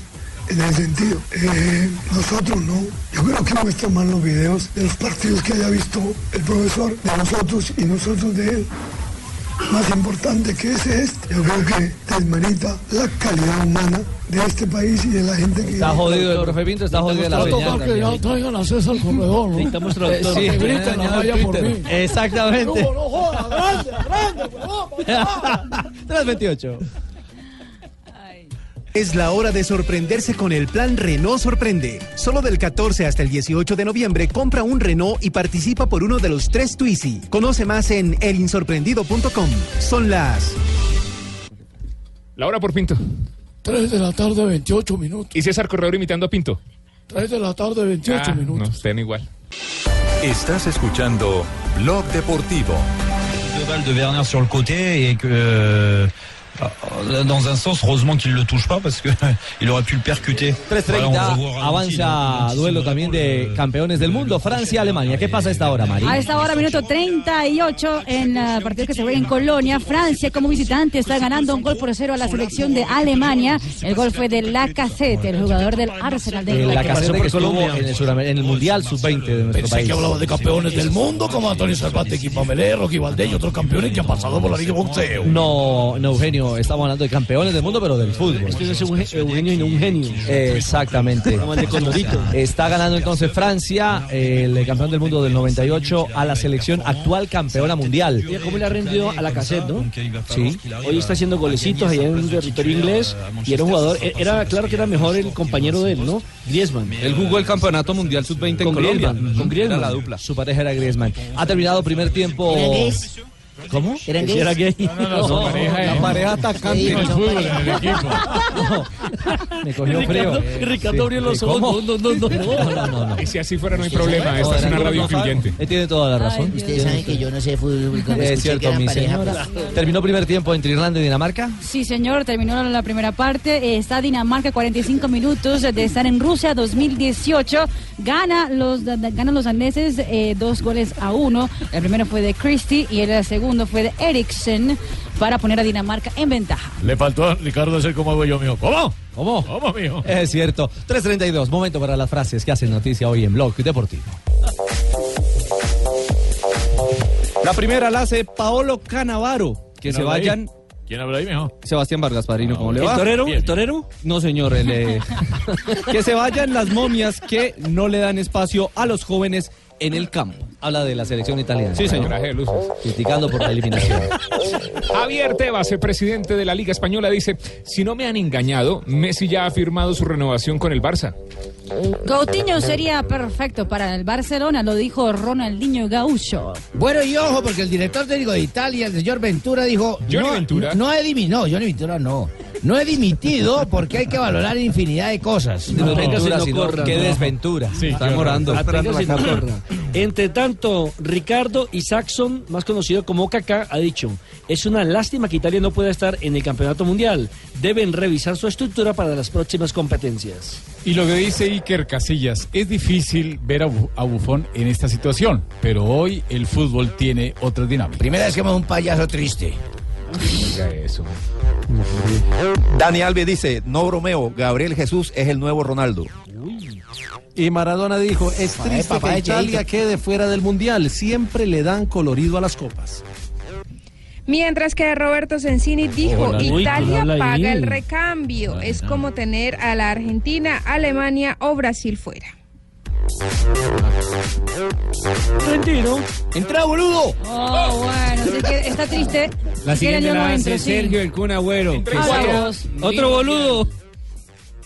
Speaker 27: En ese sentido, Eh, nosotros no. Yo creo que muestran más los videos de los partidos que haya visto el profesor, de nosotros y nosotros de él más importante que ese es, yo creo que desmerita la calidad humana de este país y de la gente que...
Speaker 3: Está jodido el profe Pinto, está jodido la
Speaker 4: Va a
Speaker 3: señal.
Speaker 4: tocar que ya traigan a César Corredor, ¿no?
Speaker 3: Necesitamos traductor.
Speaker 4: Que
Speaker 3: Sí.
Speaker 4: griten la valla por mí.
Speaker 3: Exactamente.
Speaker 4: No, no jodas, grande, grande, pues, huevón, papá.
Speaker 3: 328.
Speaker 2: Es la hora de sorprenderse con el plan Renault Sorprende. Solo del 14 hasta el 18 de noviembre compra un Renault y participa por uno de los tres Twizy. Conoce más en elinsorprendido.com. Son las...
Speaker 30: La hora por Pinto.
Speaker 4: 3 de la tarde, 28 minutos.
Speaker 30: Y César Corredor imitando a Pinto.
Speaker 4: 3 de la tarde, 28
Speaker 30: Ah,
Speaker 4: minutos.
Speaker 30: No, estén igual.
Speaker 8: Estás escuchando Blog Deportivo.
Speaker 31: global de Werner sur le côté et que euh, dans un sens, heureusement qu'il ne le touche pas parce que il aurait pu le percuter. Voilà, on va hein.
Speaker 3: 330
Speaker 31: voir ralentir,
Speaker 3: avanza
Speaker 31: donc,
Speaker 3: hein. duelo también de campeones del mundo, Francia-Alemania. ¿Qué pasa a esta hora,
Speaker 5: A
Speaker 3: María?
Speaker 5: esta hora, minuto 38, en la partida que se juega en Colonia, Francia como visitante está ganando un gol por cero a la selección de Alemania. El gol fue de Lacazette, el jugador del Arsenal de
Speaker 3: la
Speaker 5: Inglaterra.
Speaker 3: caseta que Eh, estuvo en el, Suramer- en el Mundial Sub-20 de nuestro
Speaker 4: Pensé
Speaker 3: país.
Speaker 4: que hablaba de campeones del mundo como Antonio Salvate, Kipamelé, Rocky Valdés y otros campeones que han pasado por la Liga de Boxeo.
Speaker 3: No, no, Eugenio, estamos hablando de campeones del mundo, pero del fútbol.
Speaker 6: Es un ge- Eugenio y no un genio.
Speaker 3: Exactamente.
Speaker 6: Como el de Condorito.
Speaker 3: Está ganando entonces Francia, el campeón del mundo del 98, a la selección actual campeona mundial.
Speaker 6: Mira cómo le ha rendido a la cassette, ¿no?
Speaker 3: Sí.
Speaker 6: Hoy está haciendo golecitos allá en un territorio inglés y era un jugador, e- era claro que era mejor el compañero de él, ¿no? Griezmann.
Speaker 21: Él jugó el campeonato mundial sub-20 en
Speaker 6: Con
Speaker 21: Colombia.
Speaker 6: Griezmann, con
Speaker 21: Ujú.
Speaker 6: Griezmann.
Speaker 21: Era la dupla.
Speaker 3: Su pareja era Griezmann. Ha terminado primer tiempo.
Speaker 21: ¿Eran gays?
Speaker 3: ¿Cómo?
Speaker 21: ¿Eran gays? ¿Era gay?
Speaker 3: No, no, no, su
Speaker 21: No,
Speaker 3: pareja
Speaker 21: la
Speaker 3: es-
Speaker 21: pareja atacante.
Speaker 3: En el fútbol, en el equipo. Me cogió
Speaker 30: Ricardo-
Speaker 3: frío.
Speaker 30: Ricardo abrió los
Speaker 3: ¿cómo?
Speaker 30: ojos.
Speaker 3: No, no, no, no. no, no.
Speaker 30: Y si así fuera no hay problema, esta es
Speaker 3: No,
Speaker 30: una
Speaker 3: no,
Speaker 30: radio
Speaker 3: no,
Speaker 30: influyente.
Speaker 3: Él tiene toda la razón.
Speaker 18: Ustedes saben que yo no sé fútbol. como escuché
Speaker 3: Es
Speaker 18: que
Speaker 3: cierto,
Speaker 18: eran
Speaker 3: mi
Speaker 18: pareja,
Speaker 3: señora.
Speaker 18: pues,
Speaker 3: Terminó primer tiempo entre Irlanda y Dinamarca.
Speaker 5: Sí, señor, terminó la primera parte. Eh, Está Dinamarca 45 minutos de estar en Rusia 2018. Gana los, ganan los daneses eh, dos goles a uno. El primero fue de Christie y el segundo fue de Eriksen para poner a Dinamarca en ventaja.
Speaker 4: Le faltó a Ricardo hacer como hago yo, mío. ¿Cómo?
Speaker 3: ¿Cómo?
Speaker 4: ¿Cómo, mío?
Speaker 3: Es cierto. 332, momento para las frases que hacen noticia hoy en Blog Deportivo. La primera la hace Paolo Canavaro. Que
Speaker 21: ¿Quién
Speaker 3: se
Speaker 21: habla ahí?
Speaker 3: vayan.
Speaker 4: ¿Quién habla ahí, mijo?
Speaker 21: Sebastián Vargas Padrino, ¿cómo le
Speaker 3: ¿El
Speaker 21: va?
Speaker 3: torero? ¿El
Speaker 21: torero? No, señor. el, eh, que se vayan las momias que no le dan espacio a los jóvenes en el campo.
Speaker 3: Habla de la selección italiana.
Speaker 21: Sí, señor.
Speaker 3: Traje de luces. Criticando por la eliminación.
Speaker 30: Javier Tebas, el presidente de la Liga Española, dice, si no me han engañado, Messi ya ha firmado su renovación con el Barça.
Speaker 5: Coutinho sería perfecto para el Barcelona, lo dijo Ronaldinho Gaucho.
Speaker 18: Bueno, y ojo, porque el director técnico de Italia, el señor Ventura, dijo...
Speaker 30: Johnny
Speaker 18: no,
Speaker 30: Ventura.
Speaker 18: No eliminó, Johnny Ventura no. No he dimitido porque hay que valorar infinidad de cosas.
Speaker 6: No, Manténgase no sino corra,
Speaker 21: Qué
Speaker 6: no.
Speaker 21: desventura. Están morando.
Speaker 6: Manténgase no corra. Entre tanto, Ricardo Isaacson, más conocido como Kaká, ha dicho, es una lástima que Italia no pueda estar en el Campeonato Mundial. Deben revisar su estructura para las próximas competencias.
Speaker 30: Y lo que dice Iker Casillas, es difícil ver a, Bu- a Bufón en esta situación, pero hoy el fútbol tiene otras dinámicas.
Speaker 18: Primera vez que me veo un payaso triste.
Speaker 30: eso.
Speaker 12: Dani Alves dice, no bromeo, Gabriel Jesús es el nuevo Ronaldo.
Speaker 2: Y Maradona dijo, es
Speaker 12: Papá de
Speaker 2: triste
Speaker 12: papá
Speaker 2: que
Speaker 12: de
Speaker 2: Italia
Speaker 12: Cheito".
Speaker 2: quede fuera del Mundial. Siempre le dan colorido a las copas.
Speaker 23: Mientras que Roberto Sensini dijo,
Speaker 2: Hola, Luis,
Speaker 23: Italia
Speaker 2: habla ahí.
Speaker 23: paga el recambio. Es como tener a la Argentina, Alemania o Brasil fuera.
Speaker 6: Tranquilo.
Speaker 18: Entra, boludo.
Speaker 5: Oh, bueno, si es que está triste.
Speaker 24: La
Speaker 5: Si quieren,
Speaker 24: siguiente
Speaker 5: yo no
Speaker 24: la
Speaker 5: entro,
Speaker 24: hace
Speaker 5: sí.
Speaker 24: Sergio el Kun Agüero. que
Speaker 5: Ah,
Speaker 24: sea
Speaker 5: vos.
Speaker 24: Otro boludo.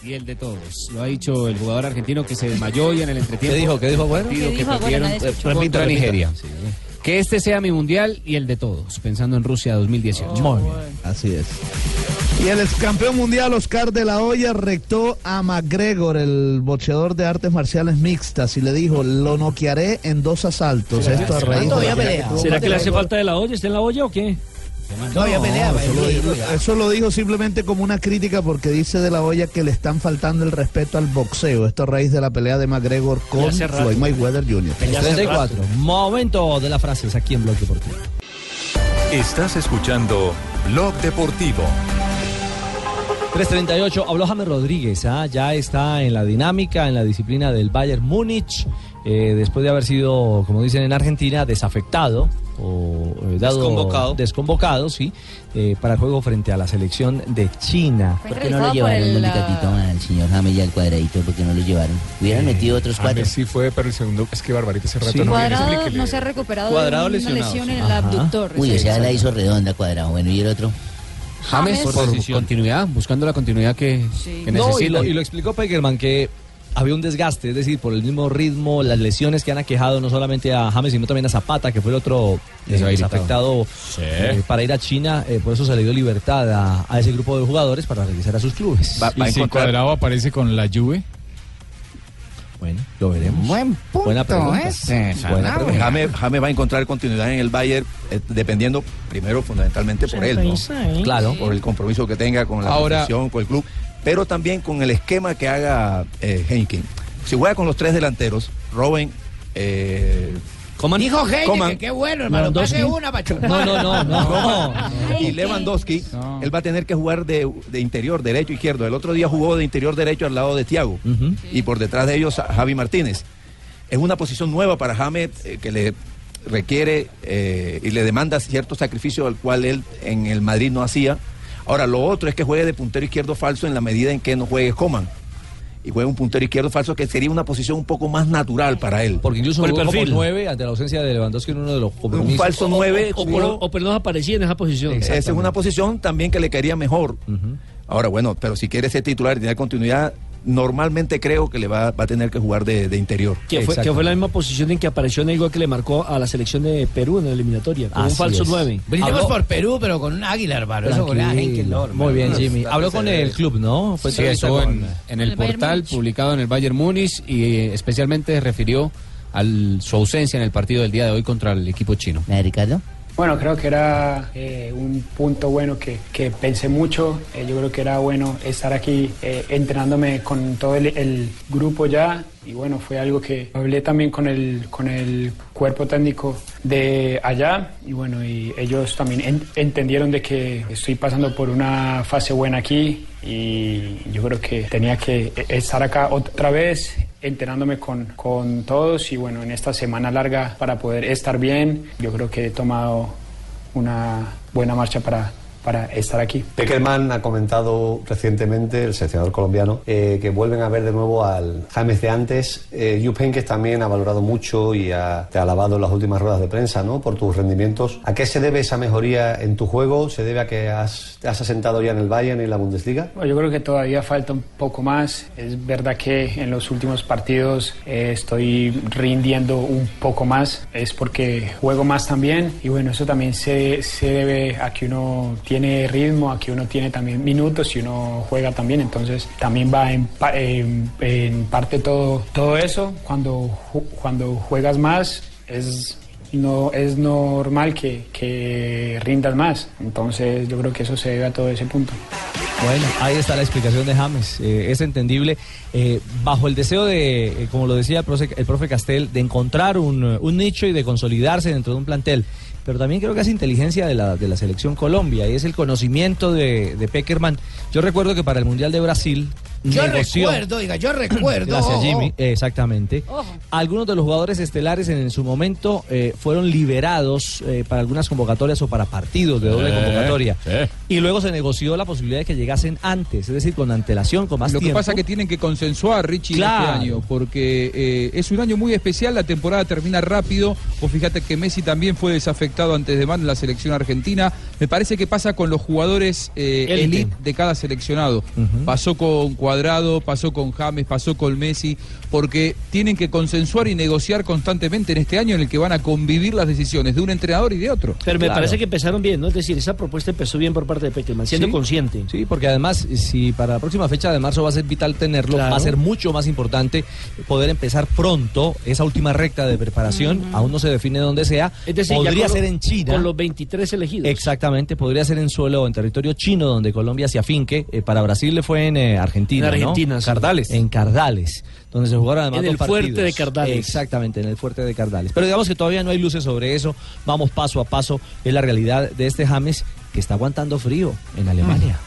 Speaker 21: Y el de todos.
Speaker 24: Lo ha dicho el jugador argentino que se desmayó y en el entretiempo.
Speaker 21: ¿Qué dijo? ¿Qué dijo Agüero?
Speaker 24: Partido
Speaker 21: ¿Qué
Speaker 24: que
Speaker 21: dijo Agüero?
Speaker 24: perdieron
Speaker 21: Nadie escuchó.
Speaker 24: contra
Speaker 21: Repita, repita.
Speaker 24: Nigeria. Que este sea mi mundial y el de todos, pensando en Rusia 2018. Muy bien. Así es.
Speaker 9: Y el excampeón mundial Oscar de la Hoya rectó a McGregor, el boxeador de artes marciales mixtas, y le dijo, lo noquearé en dos asaltos. Esto a raíz de la pelea que tuvo
Speaker 6: ¿Será que le hace
Speaker 9: McGregor.
Speaker 6: falta de la olla? ¿Está en la olla o qué?
Speaker 9: No, eso, lo dijo, eso lo dijo simplemente como una crítica porque dice de la Hoya que le están faltando el respeto al boxeo. Esto a raíz de la pelea de McGregor con
Speaker 3: hace rato.
Speaker 9: Floyd Mayweather Jr.
Speaker 3: 34. Momento de las frases aquí en Bloque Deportivo.
Speaker 8: Estás escuchando Blog Deportivo.
Speaker 3: 338, habló James Rodríguez, ¿ah? ya está en la dinámica, en la disciplina del Bayern Múnich, eh, después de haber sido, como dicen en Argentina, desafectado o eh, dado
Speaker 21: Desconvocado.
Speaker 3: desconvocado, sí, eh, para el juego frente a la selección de China.
Speaker 5: ¿Por qué no lo llevaron un
Speaker 26: Picatito al señor James y al cuadradito porque no lo llevaron. Hubieran
Speaker 30: Ah,
Speaker 26: metido
Speaker 24: Ah,
Speaker 26: otros cuatro.
Speaker 10: Sí fue, pero el segundo, es que Barbarita ese rato no
Speaker 5: Cuadrado no se ha recuperado
Speaker 26: Cuadrado
Speaker 5: de una
Speaker 26: lesionado,
Speaker 5: lesión
Speaker 26: sí.
Speaker 5: en el abductor.
Speaker 26: Uy, o sea,
Speaker 5: Exacto.
Speaker 26: la hizo redonda cuadrado. Bueno, ¿y el otro?
Speaker 24: James,
Speaker 26: James.
Speaker 24: por
Speaker 26: Por
Speaker 24: continuidad, buscando la continuidad que, que
Speaker 3: No, y
Speaker 24: necesita.
Speaker 3: lo, y lo explicó Peckerman que había un desgaste, es decir, por el mismo ritmo, las lesiones que han aquejado no solamente a James, sino también a Zapata, que fue el otro eh,
Speaker 21: Deshabilitado.
Speaker 3: desafectado eh, para ir a China, eh, por eso se le dio libertad a, a ese grupo de jugadores para regresar a sus clubes.
Speaker 30: ¿Y si Cuadrado aparece con la Juve?
Speaker 3: Bueno, lo veremos.
Speaker 12: Buen
Speaker 3: punto Buena pregunta.
Speaker 18: eh,
Speaker 3: ese, Sanabria.
Speaker 12: James, James va a encontrar continuidad en el Bayern, eh, dependiendo primero fundamentalmente por él, ¿no?
Speaker 3: Claro.
Speaker 12: Por el compromiso que tenga con la
Speaker 3: Ahora-
Speaker 12: selección, con el club, pero también con el esquema que haga eh, Henkin. Si juega con los tres delanteros, Robin, eh,
Speaker 18: Dijo Heineken,
Speaker 12: Coman,
Speaker 18: qué bueno, hermano. Pase
Speaker 12: Lewandowski.
Speaker 18: una, Pacho.
Speaker 12: Coman Y Lewandowski, él va a tener que jugar de, de interior derecho izquierdo. El otro día jugó de interior derecho al lado de Thiago y por detrás de ellos a- Javi Martínez. Es una posición nueva para James eh, que le requiere eh, y le demanda cierto sacrificio al cual él en el Madrid no hacía. Ahora, lo otro es que juegue de puntero izquierdo falso en la medida en que no juegue Coman. Y juegue un puntero izquierdo falso que sería una posición un poco más natural para él.
Speaker 3: Porque incluso jugó como nueve ante la ausencia de Lewandowski en uno de los compromisos.
Speaker 12: Un falso nueve,
Speaker 3: O- o- o-
Speaker 12: jugó-
Speaker 3: o-
Speaker 6: Pero no aparecía en esa posición.
Speaker 12: esa es una posición también que le caería mejor. Ahora, bueno, pero si quiere ser titular y tener continuidad, normalmente creo que le va, va a tener que jugar de, de interior.
Speaker 6: Que fue, que fue la misma posición en que apareció en el gol que le marcó a la selección de Perú en la eliminatoria. Con un falso 9.
Speaker 18: Brindemos por Perú, pero con un águila, hermano. Eso con una Heineken, no, hermano.
Speaker 3: Muy bien, Jimmy. Habló con el club, ¿no?
Speaker 24: Pues
Speaker 3: Fue
Speaker 24: sí,
Speaker 3: entrevista
Speaker 24: estuvo en,
Speaker 3: con-
Speaker 24: en el,
Speaker 3: el Bayern
Speaker 24: portal
Speaker 3: Múnich.
Speaker 24: publicado en el Bayern Múnich y eh, especialmente refirió a su ausencia en el partido del día de hoy contra el equipo chino.
Speaker 26: Ricardo?
Speaker 20: Bueno, creo que era eh, un punto bueno que, que pensé mucho. Eh, yo creo que era bueno estar aquí eh, entrenándome con todo el, el grupo ya. Y bueno, fue algo que hablé también con el, con el cuerpo técnico de allá. Y bueno, y ellos también en- entendieron de que estoy pasando por una fase buena aquí. Y yo creo que tenía que eh, estar acá otra vez entrenándome con, con todos y bueno, en esta semana larga para poder estar bien, yo creo que he tomado una buena marcha para, para estar aquí.
Speaker 28: Peckerman ha comentado recientemente, el seleccionador colombiano, eh, que vuelven a ver de nuevo al James de antes. Eh, Jupp Heynckes también ha valorado mucho y ha, te ha alabado en las últimas ruedas de prensa ¿no? por tus rendimientos. ¿A qué se debe esa mejoría en tu juego? ¿Se debe a que has, te has asentado ya en el Bayern y en la Bundesliga?
Speaker 20: Bueno, yo creo que todavía falta un poco más. Es verdad que en los últimos partidos eh, estoy rindiendo un poco más. Es porque juego más también. Y bueno, eso también se, se debe a que uno tiene tiene ritmo, aquí uno tiene también minutos y uno juega también, entonces también va en, pa- en- en parte todo, todo eso. Cuando, ju- cuando juegas más es... No, es normal que, que rindas más, entonces yo creo que eso se debe a todo ese punto.
Speaker 3: Bueno, ahí está la explicación de James. Eh, es entendible. eh, bajo el deseo de, eh, como lo decía el profe, el profe Castel, de encontrar un, eh, un nicho y de consolidarse dentro de un plantel. Pero también creo que es inteligencia de la, de la selección Colombia y es el conocimiento de, de Peckerman. Yo recuerdo que para el Mundial de Brasil.
Speaker 18: Yo
Speaker 3: negoció-
Speaker 18: recuerdo, diga, yo recuerdo.
Speaker 3: Gracias,
Speaker 18: ojo.
Speaker 3: Jimmy. Eh, Exactamente. Algunos de los jugadores estelares en, en su momento eh, fueron liberados eh, para algunas convocatorias o para partidos de
Speaker 7: Eh,
Speaker 3: doble
Speaker 30: Sí,
Speaker 3: convocatoria.
Speaker 30: sí.
Speaker 3: Y luego se negoció la posibilidad de que llegasen antes, es decir, con antelación, con más
Speaker 7: Lo que
Speaker 3: tiempo.
Speaker 7: pasa es que tienen que consensuar, Richie,
Speaker 3: Claro.
Speaker 7: este año, porque eh, es un año muy especial, la temporada termina rápido. Vos fíjate que Messi también fue desafectado antes de Man en la selección argentina. Me parece que pasa con los jugadores eh,
Speaker 3: Élite.
Speaker 7: elite de cada seleccionado.
Speaker 3: Ujú.
Speaker 7: Pasó con Cuadrado, pasó con James, pasó con Messi, porque tienen que consensuar y negociar constantemente en este año en el que van a convivir las decisiones de un entrenador y de otro.
Speaker 6: Pero me parece que empezaron bien, ¿no? Es decir, esa propuesta empezó bien por parte de Peckerman, siendo
Speaker 3: Sí.
Speaker 6: consciente.
Speaker 3: Sí, porque además, si para la próxima fecha de marzo va a ser vital tenerlo,
Speaker 6: Claro.
Speaker 3: va a ser mucho más importante poder empezar pronto esa última recta de preparación. Aún no se define dónde sea.
Speaker 6: Es decir, ya
Speaker 3: Podría
Speaker 6: con lo-
Speaker 3: ser en China.
Speaker 6: Con los 23 elegidos.
Speaker 3: Exactamente, podría ser en suelo o en territorio chino donde Colombia se afinque. Eh, para Brasil le fue en eh, Argentina.
Speaker 6: En
Speaker 3: ¿no?
Speaker 6: Argentina, sí.
Speaker 3: Cardales. En Cardales, donde se jugaron además
Speaker 6: En el
Speaker 3: dos
Speaker 6: fuerte de
Speaker 3: partidos.
Speaker 6: Cardales.
Speaker 3: Exactamente, en el fuerte de Cardales. Pero digamos que todavía no hay luces sobre eso. Vamos paso a paso. Es la realidad de este James que está aguantando frío en Alemania.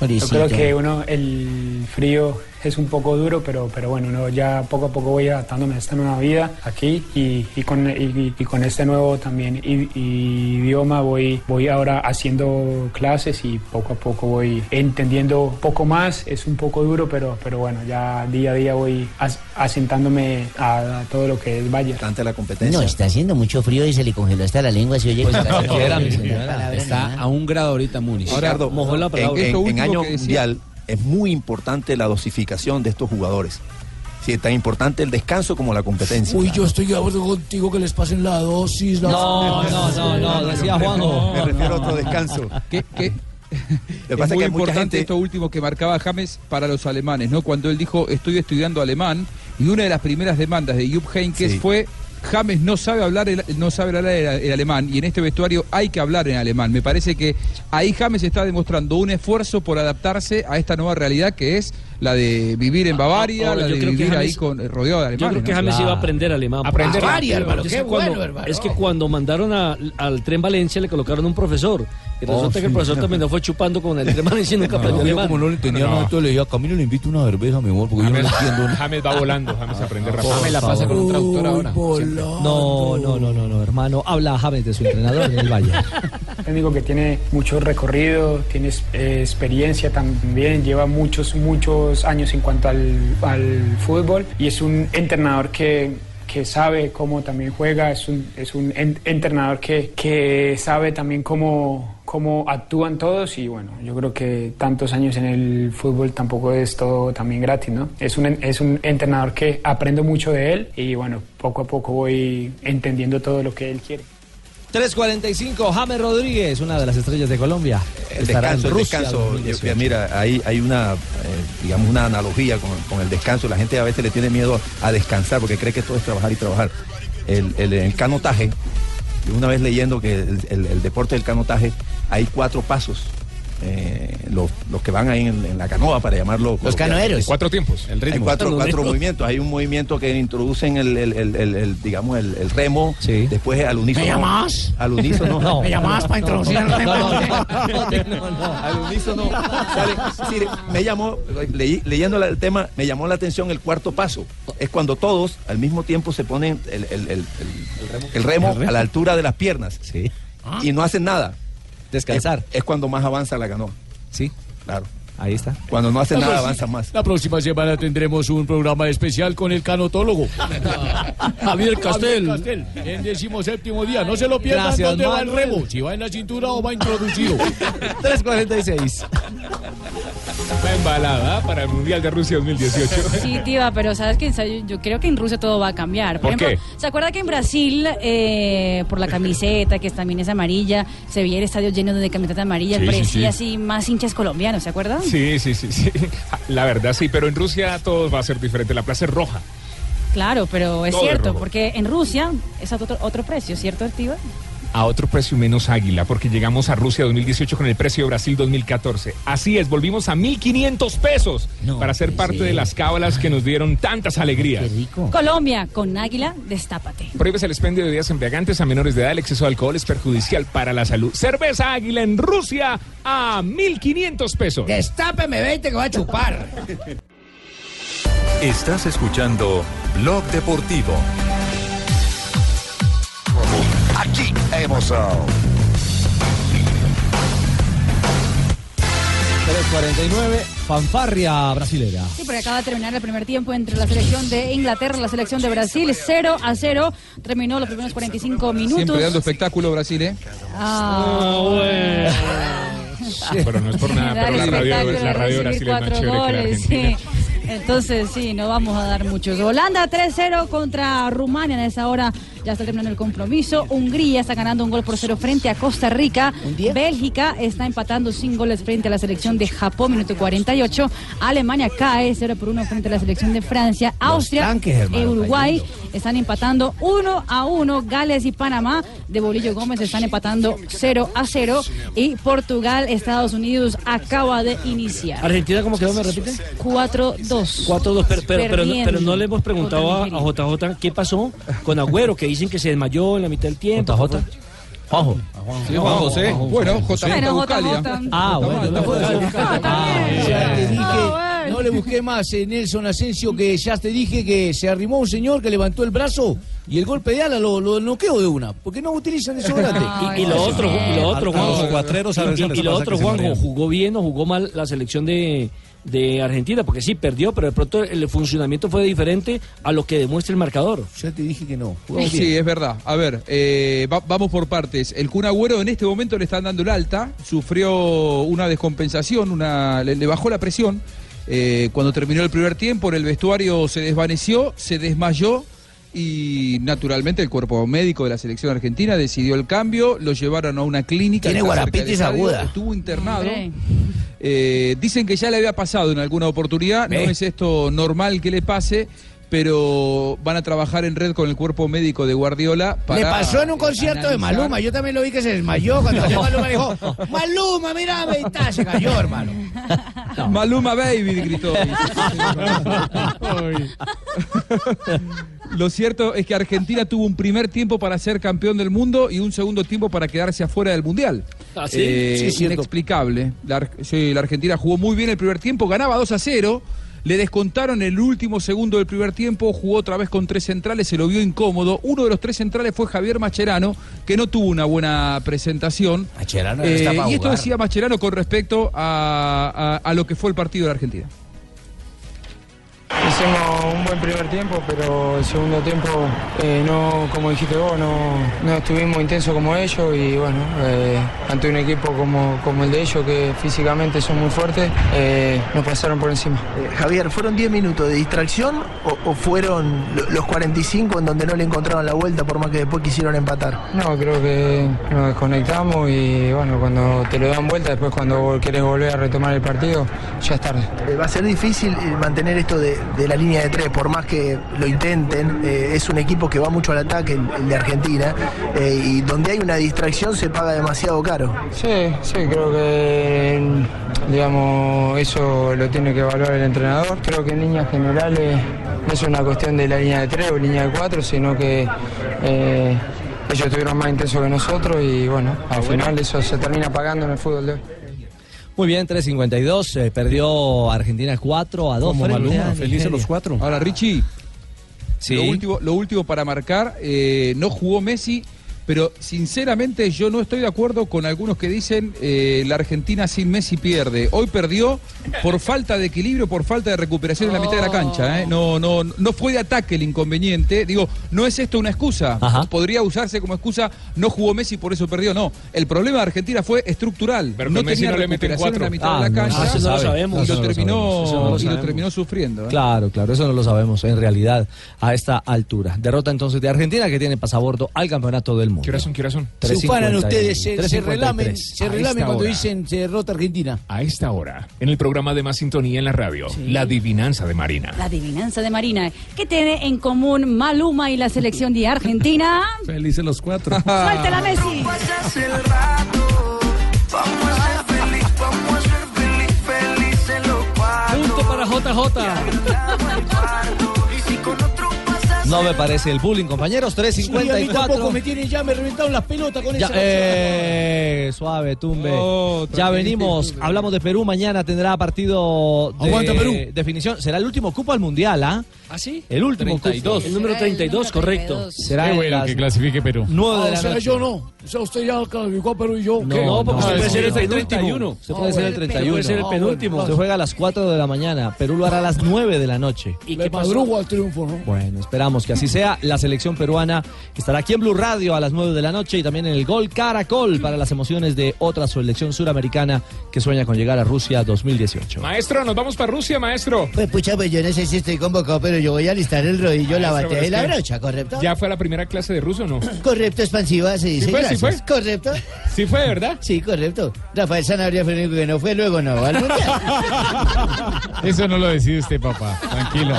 Speaker 20: Yo creo que uno, el frío es un poco duro, pero, pero bueno, uno ya poco a poco voy adaptándome a esta nueva vida aquí y, y con, y- y con este nuevo también i- i- idioma voy, voy ahora haciendo clases y poco a poco voy entendiendo un poco más. Es un poco duro, pero, pero bueno, ya día a día voy as- asentándome a, a todo lo que es Bayer.
Speaker 12: Ante la competencia.
Speaker 26: No, está haciendo mucho frío y se le congeló hasta la lengua. Se oye
Speaker 12: Pues,
Speaker 26: con-
Speaker 12: cualquiera, mi
Speaker 26: Esa
Speaker 12: señora.
Speaker 26: palabra
Speaker 24: Está a un grado ahorita Múnich.
Speaker 12: Ricardo, en, en- en año mundial es muy importante la dosificación de estos jugadores. Sí, es tan importante el descanso como la competencia.
Speaker 4: Uy, yo estoy de acuerdo contigo que les pasen la dosis. La...
Speaker 12: No, no, no, no, decía Juanjo. Me refiero a otro descanso.
Speaker 7: ¿Qué, qué?
Speaker 12: Lo que
Speaker 7: es
Speaker 12: pasa es
Speaker 7: muy
Speaker 12: que hay mucha
Speaker 7: importante
Speaker 12: gente-
Speaker 7: esto último que marcaba James para los alemanes, ¿no? Cuando él dijo, estoy estudiando alemán, y una de las primeras demandas de Jupp Heynckes
Speaker 12: Sí.
Speaker 7: fue, James no sabe hablar, el, no sabe hablar el, el alemán, y en este vestuario hay que hablar en alemán. Me parece que ahí James está demostrando un esfuerzo por adaptarse a esta nueva realidad que es la de vivir en Bavaria,
Speaker 6: Ah, ahora,
Speaker 7: la
Speaker 6: yo
Speaker 7: de
Speaker 6: creo que
Speaker 7: vivir ahí
Speaker 6: James-
Speaker 7: con, eh, rodeado de alemanes.
Speaker 6: Yo creo que
Speaker 7: ¿no?
Speaker 6: James iba a aprender alemán.
Speaker 7: Aprender
Speaker 6: Porque-
Speaker 7: rápido, hermano,
Speaker 6: Es
Speaker 7: qué
Speaker 6: que cuando-
Speaker 7: bueno, hermano.
Speaker 6: Es que cuando mandaron a- al tren Valencia le colocaron un profesor. Y
Speaker 17: Oh,
Speaker 6: resulta que el
Speaker 17: sí.
Speaker 6: profesor también no fue chupando con el tren Valencia y nunca aprendió
Speaker 17: yo
Speaker 6: alemán.
Speaker 17: como no lo entendía
Speaker 6: No.
Speaker 17: nada, entonces le dije a Camilo le invito una cerveza, mi amor, porque yo no entiendo nada.
Speaker 30: James va volando, James
Speaker 4: Ah,
Speaker 30: aprende rápido.
Speaker 17: James la pasa con un traductor ahora,
Speaker 3: No, no, no, no, no, hermano. Habla James de su entrenador en el Valle.
Speaker 20: técnico que tiene mucho recorrido, tiene eh, experiencia también, lleva muchos, muchos años en cuanto al, al fútbol y es un entrenador que, que sabe cómo también juega, es un, es un en- entrenador que, que sabe también cómo, cómo actúan todos y bueno, yo creo que tantos años en el fútbol tampoco es todo también gratis, ¿no? Es un, en- es un entrenador que aprendo mucho de él y bueno, poco a poco voy entendiendo todo lo que él quiere.
Speaker 3: 3.45, James Rodríguez, una de las estrellas de Colombia.
Speaker 12: El
Speaker 3: Estará en
Speaker 12: Eh, descanso, el
Speaker 3: Rusia
Speaker 12: descanso.
Speaker 3: 2018.
Speaker 12: Yo- mira, hay, hay una, eh, digamos, una analogía con, con el descanso. La gente a veces le tiene miedo a descansar porque cree que todo es trabajar y trabajar. El, el- el canotaje, yo una vez leyendo que el, el- el deporte del canotaje, hay cuatro pasos. eh, los, los que van ahí en, en la canoa, para llamarlo.
Speaker 17: Los canoeros. Cuatro tiempos, el ritmo.
Speaker 12: Hay cuatro,
Speaker 17: Los
Speaker 12: cuatro
Speaker 17: ritmos.
Speaker 12: movimientos. Hay un movimiento que introducen el, el- el- el- el, digamos, el, el remo. Después al unísono.
Speaker 17: ¿Me llamás?
Speaker 12: Al unísono.
Speaker 17: No. ¿Me llamás para introducir el remo?
Speaker 12: Al unísono sale- es decir, me llamó, leí- leyendo la- el tema, me llamó la atención el cuarto paso. Es cuando todos al mismo tiempo se ponen el, el- el- el- el remo
Speaker 17: El remo.
Speaker 12: a la altura de las piernas. Y no hacen nada.
Speaker 3: Descansar.
Speaker 12: Es, es cuando más avanza la canoa.
Speaker 3: Sí.
Speaker 12: Claro.
Speaker 3: Ahí está.
Speaker 12: Cuando no hacen
Speaker 4: La
Speaker 12: nada,
Speaker 17: pues,
Speaker 4: próxima-
Speaker 12: avanza más.
Speaker 4: La próxima semana tendremos un programa especial con el canotólogo. Javier Castel. En
Speaker 1: Ah,
Speaker 4: decimoséptimo día. No se lo pierdan
Speaker 3: Gracias,
Speaker 4: dónde va el
Speaker 3: Manuel.
Speaker 4: remo. Si va en la cintura o va introducido.
Speaker 3: 3.46.
Speaker 30: Está embalada para el Mundial de Rusia 2018.
Speaker 5: Sí, Diva, pero sabes que yo, yo creo que en Rusia todo va a cambiar.
Speaker 30: ¿Por qué?
Speaker 5: ¿se acuerda que en Brasil, eh, por la camiseta, que también es amarilla, se veía el estadio lleno de camisetas amarillas,
Speaker 30: Sí, sí,
Speaker 5: parecía
Speaker 30: sí.
Speaker 5: así más hinchas colombianos, ¿se acuerdan?
Speaker 30: Sí, sí, sí, sí. La verdad sí, pero en Rusia todo va a ser diferente. La plaza es roja.
Speaker 5: Claro, pero es
Speaker 30: Todo es
Speaker 5: cierto,
Speaker 30: rojo.
Speaker 5: porque en Rusia es otro, otro precio, ¿cierto, Diva?
Speaker 30: A otro precio menos águila, porque llegamos a Rusia 2018 con el precio de Brasil 2014. Así es, volvimos a 1.500 pesos para ser parte de las cábalas que nos dieron tantas alegrías. Qué rico.
Speaker 5: Colombia, con águila, destápate.
Speaker 30: Prohíbes el expendio de bebidas embriagantes a menores de edad. El exceso de alcohol es perjudicial para la salud. Cerveza Águila en Rusia a 1.500 pesos.
Speaker 16: Destápeme, vete que voy a chupar.
Speaker 8: Estás escuchando Blog Deportivo.
Speaker 34: Aquí hemos
Speaker 3: 349, fanfarria brasilera.
Speaker 5: Sí, porque acaba de terminar el primer tiempo entre la selección de Inglaterra y la selección de Brasil, 0 a 0. Terminó los primeros 45
Speaker 7: Siempre dando
Speaker 5: minutos.
Speaker 7: espectáculo Brasil, ¿eh?
Speaker 5: Ah,
Speaker 30: Ah, Pero no es por nada, pero la radio, la radio
Speaker 5: recibir
Speaker 30: brasileña es más
Speaker 5: cuatro
Speaker 30: chévere que la
Speaker 5: goles,
Speaker 30: argentina.
Speaker 5: sí. Entonces, sí, no vamos a dar muchos. Holanda 3-0 contra Rumania. En esa hora ya está terminando el compromiso. Hungría está ganando un gol por cero frente a Costa Rica. Bélgica está empatando sin goles frente a la selección de Japón, minuto 48. Alemania cae 0 por 1 frente a la selección de Francia. Austria
Speaker 16: tanques, hermano,
Speaker 5: e Uruguay están empatando 1 a 1. Gales y Panamá de Bolillo Gómez están empatando 0 a 0. Y Portugal, Estados Unidos acaba de iniciar.
Speaker 6: Argentina, ¿cómo quedó? ¿Me repite?
Speaker 5: 4-2.
Speaker 6: 4-2, pero, pero, pero no,
Speaker 5: Perdiendo
Speaker 6: pero no le hemos preguntado a, a JJ qué pasó con Agüero, que dicen que se desmayó en la mitad del tiempo. JJ. Juanjo.
Speaker 7: Sí, Juan José. Bueno, JJ Bucalia.
Speaker 6: Ah, bueno.
Speaker 1: Ya te dije, no le busqué más eh, Nelson Asensio, que ya te dije que se arrimó un señor que levantó el brazo y el golpe de ala lo, lo noqueó de una. Porque no utilizan desodorante.
Speaker 6: Y, y lo otro, y lo otro,
Speaker 1: A- a los
Speaker 6: Juanjo.
Speaker 1: cuatreros a
Speaker 6: y-
Speaker 1: veces
Speaker 6: y-
Speaker 1: les
Speaker 6: y lo
Speaker 1: pasa
Speaker 6: otro,
Speaker 1: que se
Speaker 6: Juanjo,
Speaker 1: marean.
Speaker 6: jugó bien o jugó mal la selección de, de Argentina, porque sí, perdió, pero de pronto el funcionamiento fue diferente a lo que demuestra el marcador.
Speaker 1: Ya te dije que no.
Speaker 7: Sí, es verdad. A ver, eh, va- vamos por partes. El Kun Agüero en este momento le están dando el alta, sufrió una descompensación, una, le, le bajó la presión. Eh, cuando terminó el primer tiempo, en el vestuario se desvaneció, se desmayó y naturalmente el cuerpo médico de la selección argentina decidió el cambio, lo llevaron a una clínica.
Speaker 16: Tiene
Speaker 7: está cerca del
Speaker 16: guarapitis
Speaker 7: estadio,
Speaker 16: aguda.
Speaker 7: Estuvo internado. Eh, dicen que ya le había pasado en alguna oportunidad, no es esto normal que le pase, pero van a trabajar en red con el cuerpo médico de Guardiola para... eh,
Speaker 16: Le pasó
Speaker 1: eh,
Speaker 16: en un concierto de
Speaker 7: analizar.
Speaker 16: Maluma. Yo también lo vi que se desmayó cuando llegó Maluma dijo, Maluma, mira, ahí está, se cayó, hermano.
Speaker 7: Maluma Baby, gritó. Lo cierto es que Argentina tuvo un primer tiempo para ser campeón del mundo y un segundo tiempo para quedarse afuera del mundial. Eh,
Speaker 6: Ah, sí. Sí, es cierto.
Speaker 7: inexplicable. La, Ar- sí, la Argentina jugó muy bien el primer tiempo, ganaba 2 a 0. Le descontaron el último segundo del primer tiempo, jugó otra vez con tres centrales, se lo vio incómodo. Uno de los tres centrales fue Javier Macherano, que no tuvo una buena presentación.
Speaker 1: Macherano
Speaker 7: Eh,
Speaker 1: está pa'
Speaker 7: y esto
Speaker 1: jugar.
Speaker 7: decía Macherano con respecto a, a- a lo que fue el partido de la Argentina.
Speaker 35: Hicimos un buen primer tiempo, pero el segundo tiempo, eh, no, como dijiste vos, no, no estuvimos intensos como ellos y bueno, eh, ante un equipo como, como el de ellos, que físicamente son muy fuertes, eh, nos pasaron por encima.
Speaker 14: Eh, Javier, ¿fueron 10 minutos de distracción o, o fueron lo- los 45 en donde no le encontraron la vuelta por más que después quisieron empatar?
Speaker 35: No, creo que nos desconectamos y bueno, cuando te lo dan vuelta, después cuando vol- querés volver a retomar el partido, ya es tarde.
Speaker 14: Eh, va a ser difícil eh, mantener esto de, de la línea de tres, por más que lo intenten. eh, es un equipo que va mucho al ataque, el, el de Argentina, eh, y donde hay una distracción se paga demasiado caro.
Speaker 35: Sí, sí, creo que digamos eso lo tiene que evaluar el entrenador. Creo que en líneas generales no es una cuestión de la línea de 3 o línea de 4, sino que eh, ellos estuvieron más intensos que nosotros y bueno, al final eso se termina pagando en el fútbol de hoy.
Speaker 3: Muy bien, 352, eh, perdió Argentina 4 a 2.
Speaker 7: Como
Speaker 3: frente
Speaker 7: Maluma,
Speaker 3: a
Speaker 7: felices
Speaker 3: Nigeria.
Speaker 7: los cuatro. Ahora, Richie,
Speaker 3: Sí.
Speaker 7: Lo último, lo último para marcar, eh, no jugó Messi, pero sinceramente yo no estoy de acuerdo con algunos que dicen eh, la Argentina sin Messi pierde. Hoy perdió por falta de equilibrio, por falta de recuperación en la mitad de la cancha. ¿eh? No, no, no fue de ataque el inconveniente. Digo, no es esto una excusa. Podría usarse como excusa, no jugó Messi, por eso perdió. No, el problema de Argentina fue estructural.
Speaker 30: Pero
Speaker 7: no
Speaker 30: con Messi
Speaker 7: tenía
Speaker 30: no le meten
Speaker 7: recuperación en la mitad
Speaker 30: cuatro. Ah,
Speaker 7: de la
Speaker 30: no,
Speaker 7: cancha.
Speaker 30: eso no lo
Speaker 7: Y
Speaker 3: sabemos.
Speaker 7: lo
Speaker 3: Eso no lo
Speaker 7: terminó,
Speaker 3: sabemos. Eso no lo
Speaker 7: y lo
Speaker 3: sabemos.
Speaker 7: terminó sufriendo. ¿eh?
Speaker 3: Claro, claro, eso no lo sabemos en realidad a esta altura. Derrota entonces de Argentina que tiene pasabordo al campeonato del mundo. ¿Qué
Speaker 30: hora son? ¿Qué hora son?
Speaker 36: Sufanan ustedes, eh, se, se relamen,
Speaker 30: 3.53.
Speaker 36: se
Speaker 30: A
Speaker 36: relamen
Speaker 30: esta
Speaker 36: cuando
Speaker 30: hora.
Speaker 36: dicen se derrota Argentina.
Speaker 30: A esta hora, en el programa de Más Sintonía en la radio, la adivinanza de Marina.
Speaker 5: La adivinanza de Marina. ¿Qué tiene en común Maluma y la selección de Argentina?
Speaker 2: Felices los cuatro.
Speaker 30: Ah.
Speaker 5: ¡Suéltela, Messi!
Speaker 3: Punto para JJ. No me parece el bullying, compañeros.
Speaker 36: Y a mí tampoco
Speaker 3: 354.
Speaker 36: me tienen ya, me reventaron las pelotas con
Speaker 3: Ya,
Speaker 36: esa.
Speaker 3: eh, suave, tumbe. ya venimos. Hablamos de Perú. Mañana tendrá partido de
Speaker 6: Aguanta, Perú.
Speaker 3: definición. Será el último cupo al mundial, ¿ah?
Speaker 6: ¿Ah, sí?
Speaker 3: El último cupo.
Speaker 6: El número 32, correcto.
Speaker 3: Será en las
Speaker 30: clasifique Perú.
Speaker 3: nueve de
Speaker 4: o
Speaker 3: la
Speaker 4: sea,
Speaker 3: noche.
Speaker 4: yo no. O sea, usted ya clasificó a Perú y yo.
Speaker 3: No,
Speaker 4: ¿qué?
Speaker 3: no, porque usted
Speaker 4: Ah,
Speaker 3: puede
Speaker 4: es
Speaker 3: ser el
Speaker 4: cierto.
Speaker 3: 31. Usted puede
Speaker 4: Ah,
Speaker 3: ser el
Speaker 4: bueno.
Speaker 3: 31.
Speaker 4: Puede ser el
Speaker 3: Ah,
Speaker 4: penúltimo.
Speaker 3: Se juega a las 4 de la mañana. Perú lo hará a las 9 de la noche.
Speaker 4: Y que madrugo al triunfo, ¿no?
Speaker 3: Bueno, esperamos que así sea. La selección peruana estará aquí en Blue Radio a las 9 de la noche y también en el Gol Caracol para las emociones de otra selección suramericana que sueña con llegar a Rusia 2018.
Speaker 30: Maestro, nos vamos para Rusia, maestro.
Speaker 1: Pues pucha, pues yo no sé si estoy convocado, pero yo voy a alistar el rodillo, la
Speaker 30: Maestro,
Speaker 1: batea y la
Speaker 30: pero es
Speaker 1: brocha, ¿correcto?
Speaker 30: ¿Ya fue a la primera clase de ruso o no?
Speaker 1: Correcto, expansiva, se dice.
Speaker 30: fue, sí
Speaker 1: gracias. Correcto.
Speaker 30: Sí fue, ¿verdad?
Speaker 1: Sí, correcto. Rafael Sanabria fue el único que no fue, luego no. va al mundial.
Speaker 16: Eso no lo decide usted, papá. Tranquilo.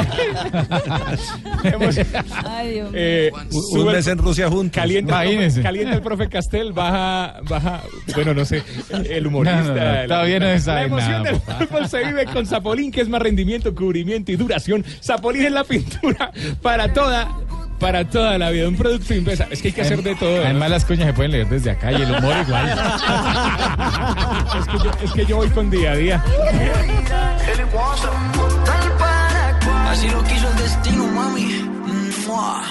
Speaker 5: Ay, Dios mío.
Speaker 30: Eh,
Speaker 16: Un-
Speaker 30: sube
Speaker 16: un
Speaker 30: el-
Speaker 16: mes en Rusia juntos.
Speaker 30: Calienta, el profe,
Speaker 16: Imagínese.
Speaker 30: calienta el profe Castel, baja, baja, bueno, no sé, el humorista.
Speaker 16: No, no, no,
Speaker 30: la-
Speaker 16: todavía no se sabe
Speaker 30: La emoción
Speaker 16: nada,
Speaker 30: del
Speaker 16: papá.
Speaker 30: fútbol se vive con Zapolín, que es más rendimiento, cubrimiento y duración. Zapolín es la pintura para toda, para toda la vida. Un producto impresa. Es que hay que hacer de todo. ¿no?
Speaker 16: Además, las cuñas se pueden leer desde acá y el humor igual.
Speaker 30: Es, que yo, es que yo voy con día a día.
Speaker 25: Así lo quiso el destino, mami. Mua.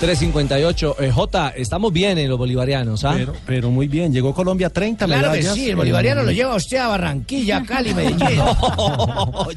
Speaker 3: 358. Eh, J, estamos bien en los bolivarianos, ¿ah?
Speaker 2: Pero, pero muy bien, llegó Colombia 30
Speaker 1: Claro que
Speaker 2: medallas.
Speaker 1: sí, el bolivariano lo lleva usted a Barranquilla, Cali, Medellín.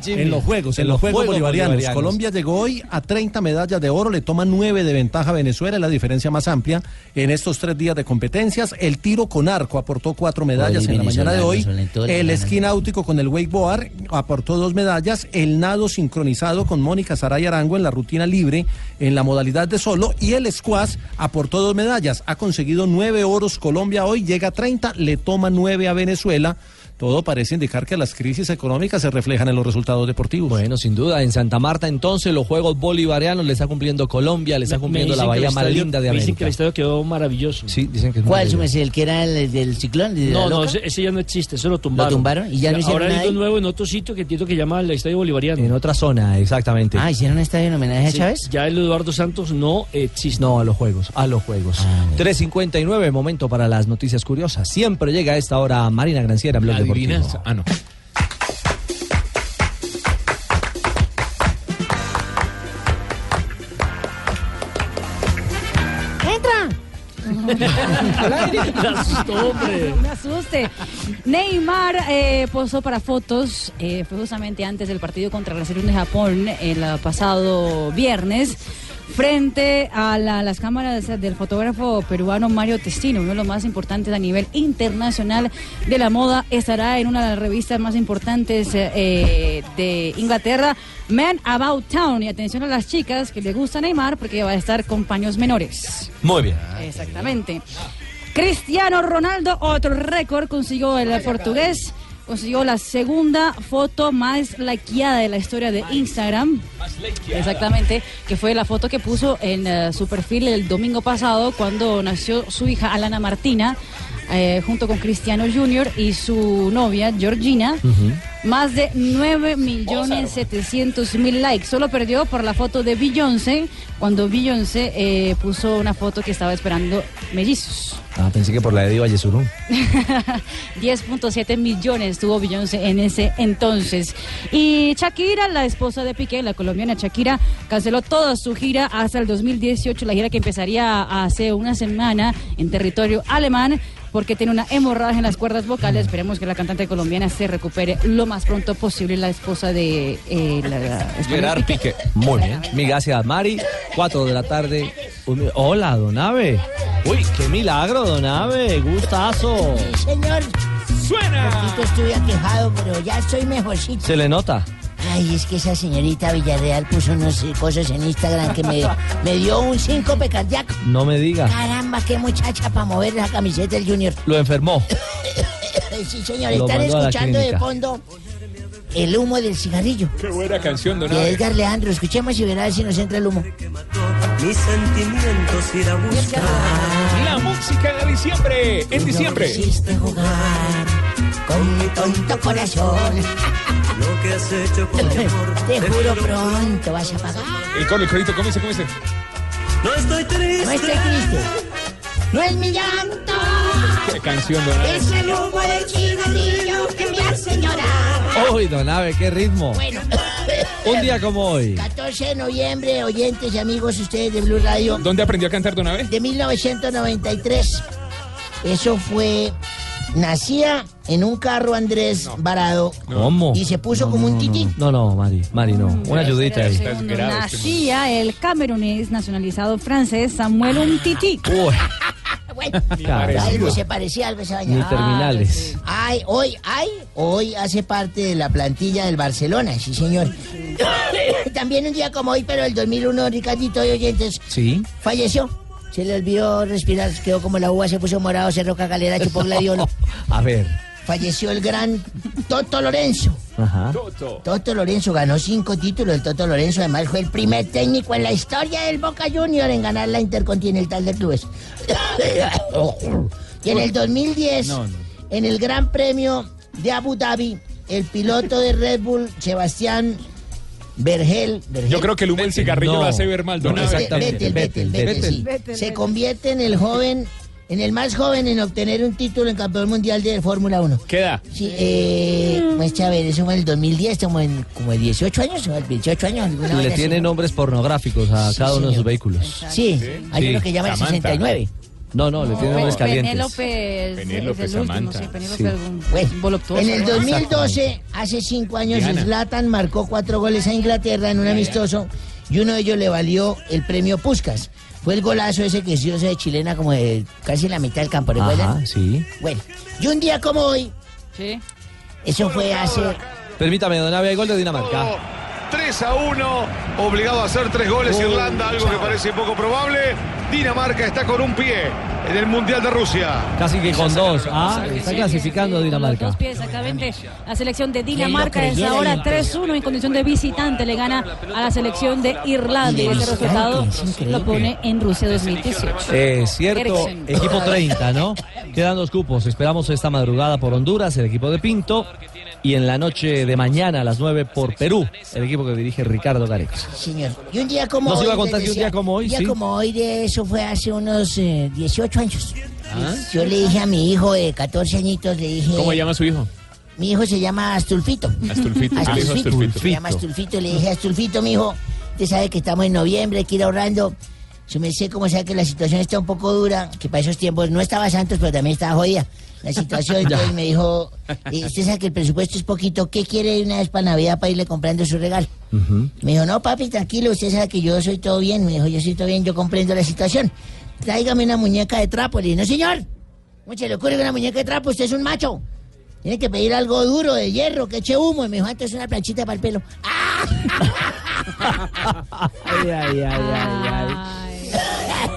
Speaker 2: En los Juegos, en, los, Juegos, Bolivarianos. Colombia llegó hoy a 30 medallas de oro, le toma 9 de ventaja a Venezuela, es la diferencia más amplia en estos tres días de competencias. El tiro con arco aportó 4 medallas
Speaker 37: Oye,
Speaker 2: en la mañana de
Speaker 37: venezolanos
Speaker 2: hoy.
Speaker 37: son en todo el
Speaker 2: El
Speaker 37: mundo.
Speaker 2: esquí náutico con el wakeboard aportó 2 medallas. El nado sincronizado con Mónica Saray Arango en la rutina libre en la modalidad de solo. Y el squash aportó 2 medallas. Ha conseguido 9 oros Colombia hoy, llega a 30, le toma 9 a Venezuela. Todo parece indicar que las crisis económicas se reflejan en los resultados deportivos.
Speaker 3: Bueno, sin duda, en Santa Marta entonces los Juegos Bolivarianos les está cumpliendo Colombia, les está cumpliendo la
Speaker 6: dicen que el
Speaker 3: bahía más
Speaker 6: estadio-
Speaker 3: linda de
Speaker 6: me
Speaker 3: América.
Speaker 6: dicen que el estadio quedó maravilloso.
Speaker 3: Sí, dicen que es
Speaker 1: ¿Cuál,
Speaker 3: maravilloso.
Speaker 1: su merced? ¿El que era el del ciclón? de la
Speaker 6: No, no,
Speaker 1: loca?
Speaker 6: ese, ese ya no existe, eso lo tumbaron.
Speaker 1: tumbaron? ¿Y ya no hicieron
Speaker 6: Ahora hay
Speaker 1: nada
Speaker 6: uno
Speaker 1: ahí?
Speaker 6: nuevo en otro sitio que entiendo que llama el Estadio Bolivariano.
Speaker 3: En otra zona, exactamente.
Speaker 1: Ah, ¿hicieron un estadio en homenaje a
Speaker 6: Sí,
Speaker 1: Chávez?
Speaker 6: Ya el Eduardo Santos no existe.
Speaker 3: No, a los juegos, a los juegos. 3.59, momento para las noticias curiosas. Siempre llega a esta hora Marina Granciera, Blog Deportivo.
Speaker 30: Adivinanza. Ah, no.
Speaker 5: ¡Entra!
Speaker 6: Me asustó, hombre.
Speaker 5: Me asuste. Neymar eh, posó para fotos, eh, fue justamente antes del partido contra la selección de Japón el ah, pasado viernes, frente a la- las cámaras del fotógrafo peruano Mario Testino, uno de los más importantes a nivel internacional de la moda, estará en una de las revistas más importantes eh, de Inglaterra, Man About Town. Y atención a las chicas que les gusta Neymar porque va a estar con paños menores.
Speaker 3: Muy bien.
Speaker 5: Exactamente. Cristiano Ronaldo, otro récord, consiguió el portugués, consiguió la segunda foto más likeada de la historia de Instagram. Exactamente, que fue la foto que puso en eh, su perfil el domingo pasado cuando nació su hija Alana Martina. eh, junto con Cristiano Junior y su novia, Georgina. Más de 9 millones 700 mil likes. Solo perdió por la foto de Beyoncé, cuando Beyoncé eh, puso una foto que estaba esperando mellizos.
Speaker 3: Ah, pensé que por la de Diva Yesurú.
Speaker 5: 10.7 millones tuvo Beyoncé en ese entonces. Y Shakira, la esposa de Piqué, la colombiana Shakira, canceló toda su gira hasta el 2018, la gira que empezaría hace una semana en territorio alemán porque tiene una hemorragia en las cuerdas vocales. Esperemos que la cantante colombiana se recupere lo más pronto posible, la esposa de eh, la, la esposa de
Speaker 3: Gerard
Speaker 5: Piqué.
Speaker 3: Piqué. Muy bien. Mi gracias, Mari. 4 de la tarde. un- Hola, don Abe. Uy, qué milagro, don Abe. Gustazo.
Speaker 21: Señor. Suena. Un poquito estuve aquejado, pero ya estoy mejorcito.
Speaker 3: Se le nota.
Speaker 21: Ay, es que esa señorita Villarreal puso unas eh, cosas en Instagram que me, me dio un síncope cardíaco.
Speaker 3: No me diga.
Speaker 21: Caramba, qué muchacha para mover la camiseta del Junior.
Speaker 3: Lo enfermó.
Speaker 21: sí, señor,
Speaker 3: Lo
Speaker 21: están
Speaker 3: mandó a la
Speaker 21: escuchando de
Speaker 3: clínica.
Speaker 21: fondo el humo del cigarrillo.
Speaker 30: Qué buena canción, don
Speaker 21: De
Speaker 30: Abe.
Speaker 21: Edgar Leandro, escuchemos y verá si nos entra el humo.
Speaker 1: Mis sentimientos ir a buscar.
Speaker 30: La música de diciembre. En diciembre.
Speaker 21: jugar con mi tonto corazón.
Speaker 30: Lo que has hecho
Speaker 21: Te juro pronto vas a pagar.
Speaker 30: El coro, el corito, ¿cómo dice? ¿Cómo dice? No estoy triste.
Speaker 21: No estoy triste. No es mi llanto,
Speaker 30: Qué canción, don Abe.
Speaker 21: es el humo del cigarrillo que me hace llorar.
Speaker 3: Uy, don Abe, qué ritmo.
Speaker 21: Bueno,
Speaker 3: Oh. Un día como hoy.
Speaker 21: 14 de noviembre, oyentes y amigos ustedes de Blue Radio.
Speaker 30: ¿Dónde aprendió a cantar don Abe?
Speaker 21: De 1993. Eso fue. Nacía en un carro Andrés Varado.
Speaker 3: ¿Cómo?
Speaker 21: Y se puso como un tití.
Speaker 3: No, no, Mari. Mari, no.
Speaker 21: Mm,
Speaker 3: Una ayudita ahí.
Speaker 5: Nacía el camerunés nacionalizado francés Samuel Umtiti.
Speaker 21: Bueno,
Speaker 3: Caramba.
Speaker 21: algo se parecía, algo se
Speaker 3: Ni terminales.
Speaker 21: ah, Ay, hoy, ay, hoy hace parte de la plantilla del Barcelona, sí señor. También un día como hoy, pero el 2001, Ricardito y oyentes,
Speaker 3: Sí.
Speaker 21: falleció. Se le olvidó respirar, quedó como la uva, se puso morado, se roca galera, chupó gladiolo.
Speaker 3: A ver.
Speaker 21: Falleció el gran Toto Lorenzo.
Speaker 3: Ajá.
Speaker 21: Toto Lorenzo ganó cinco títulos. El Toto Lorenzo además fue el primer técnico en la historia del Boca Junior en ganar la Intercontinental de Clubes.
Speaker 30: Oh.
Speaker 21: y en el 2010,
Speaker 38: No, no.
Speaker 21: en el Gran Premio de Abu Dhabi, el piloto de Red Bull, Sebastián Vergel,
Speaker 30: Yo creo que el humo del cigarrillo
Speaker 38: No.
Speaker 30: lo hace ver mal, don
Speaker 38: No,
Speaker 30: Abe.
Speaker 21: exactamente. Vettel, Vettel, Vettel, sí. se convierte en el joven, en el más joven en obtener un título en campeón mundial de Fórmula 1.
Speaker 30: Queda.
Speaker 21: Sí, eh, pues a ver, eso fue en el 2010, como en como de 18 años, o 28 años. alguna
Speaker 3: Le
Speaker 21: vaina así.
Speaker 3: tiene nombres pornográficos a
Speaker 21: Sí,
Speaker 3: cada uno de
Speaker 21: señor.
Speaker 3: sus vehículos.
Speaker 21: Sí, hay uno que llama el
Speaker 3: Samantha.
Speaker 21: 69.
Speaker 3: No, no, le tiene nombres calientes.
Speaker 5: Penélope es-
Speaker 3: Penélope
Speaker 5: es el último,
Speaker 3: Samantha.
Speaker 5: sí, Penélope
Speaker 3: Sí.
Speaker 5: algún
Speaker 21: Bueno,
Speaker 5: voluptuoso,
Speaker 21: en el
Speaker 5: ¿no?
Speaker 21: 2012, hace cinco años,
Speaker 5: Diana.
Speaker 21: Zlatan marcó cuatro goles a Inglaterra en un amistoso y uno de ellos le valió el premio Puskas. Fue el golazo ese que hizo de chilena como de casi la mitad del campo, ¿recuerdan?
Speaker 3: Ajá, Ah, sí.
Speaker 21: Bueno, y un día como hoy, eso fue hace
Speaker 3: Permítame, don Abe, hay gol de Dinamarca.
Speaker 17: 3 a 1, obligado a hacer tres goles
Speaker 3: Oh,
Speaker 17: Irlanda, algo que
Speaker 3: chao.
Speaker 17: parece poco probable. Dinamarca está con un pie en el Mundial de Rusia.
Speaker 3: Casi que con dos. Ah, está clasificando Dinamarca.
Speaker 5: pies exactamente. La selección de Dinamarca
Speaker 3: ¿Quién lo
Speaker 5: es
Speaker 3: creyera,
Speaker 5: ahora
Speaker 3: Inter?
Speaker 5: 3-1 en condición de visitante. Le gana a la selección de Irlanda y ese resultado lo pone en Rusia 2018.
Speaker 3: Eh, cierto,
Speaker 5: Eriksen.
Speaker 3: equipo 30, ¿no? Quedan dos cupos. Esperamos esta madrugada por Honduras, el equipo de Pinto. Y en la noche de mañana a las 9 por Perú, el equipo que dirige Ricardo Garex.
Speaker 21: Señor, y un día como
Speaker 3: Nos
Speaker 21: hoy.
Speaker 3: iba a contar
Speaker 21: les
Speaker 3: que un día como hoy,
Speaker 21: Un día
Speaker 3: sí.
Speaker 21: como hoy de eso fue hace unos eh, 18 años.
Speaker 3: Ah.
Speaker 21: Yo le dije a mi hijo de 14 añitos, le dije.
Speaker 3: ¿Cómo llama su hijo?
Speaker 21: Mi hijo se llama Astulfito.
Speaker 3: Astulfito, ah, le dijo Astulfito.
Speaker 21: Se llama Astulfito. Le dije, Astulfito, mi hijo, usted sabe que estamos en noviembre, hay que ir ahorrando. Yo me sé cómo sea que la situación está un poco dura, que para esos tiempos no estaba Santos, pero también estaba jodida. La situación, entonces me dijo, eh, usted sabe que el presupuesto es poquito, ¿qué quiere de una vez para Navidad para irle comprando su regalo? Me dijo, no, papi, tranquilo, usted sabe que yo soy todo bien. Me dijo, yo soy todo bien, yo comprendo la situación. Tráigame una muñeca de trapo. Le dije, no, señor, ¿cómo se le ocurre una muñeca de trapo? Usted es un macho. Tiene que pedir algo duro, de hierro, que eche humo. Y me dijo, antes una planchita para el pelo.
Speaker 3: Ay, ay, ay, ay, ay.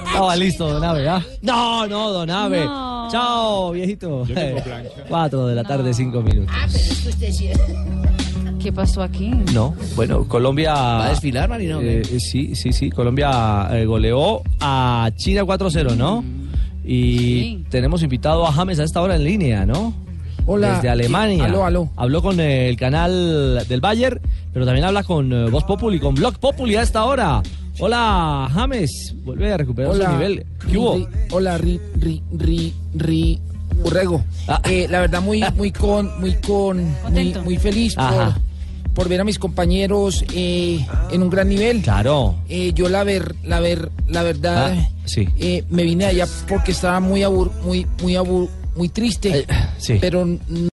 Speaker 3: Estaba listo, don Abe, ¿ah? No, no, don Abe. Chao, viejito.
Speaker 21: tengo plancha.
Speaker 3: 4 de la tarde, 5 minutos.
Speaker 5: ¿Qué pasó aquí?
Speaker 3: No, bueno, Colombia. ¿Va
Speaker 5: a desfilar, Marino, o qué?
Speaker 3: eh, sí, sí, sí. Colombia eh, goleó a China 4-0, ¿no? Y tenemos invitado a James a esta hora en línea, ¿no?
Speaker 13: Hola.
Speaker 3: Desde Alemania.
Speaker 13: Aló, aló.
Speaker 3: Habló con eh, el canal del Bayer, pero también habla con eh, Voz Populi, con Blog Populi a esta hora. Hola, James. Vuelve a recuperar su nivel. ¿Qué hubo?
Speaker 13: Ri- hola, Ri, Ri, Ri, Ri, Urrego.
Speaker 3: Ah.
Speaker 13: Eh, la verdad, muy, muy con, muy con, muy,
Speaker 3: Contento.
Speaker 13: muy feliz por,
Speaker 3: Ajá.
Speaker 13: por ver a mis compañeros eh, en un gran nivel.
Speaker 3: Claro.
Speaker 13: Eh, yo la ver, la ver, la verdad,
Speaker 3: Ah, sí.
Speaker 13: eh, me vine allá porque estaba muy abur, muy, muy abur, muy triste.
Speaker 3: sí.
Speaker 13: Pero n-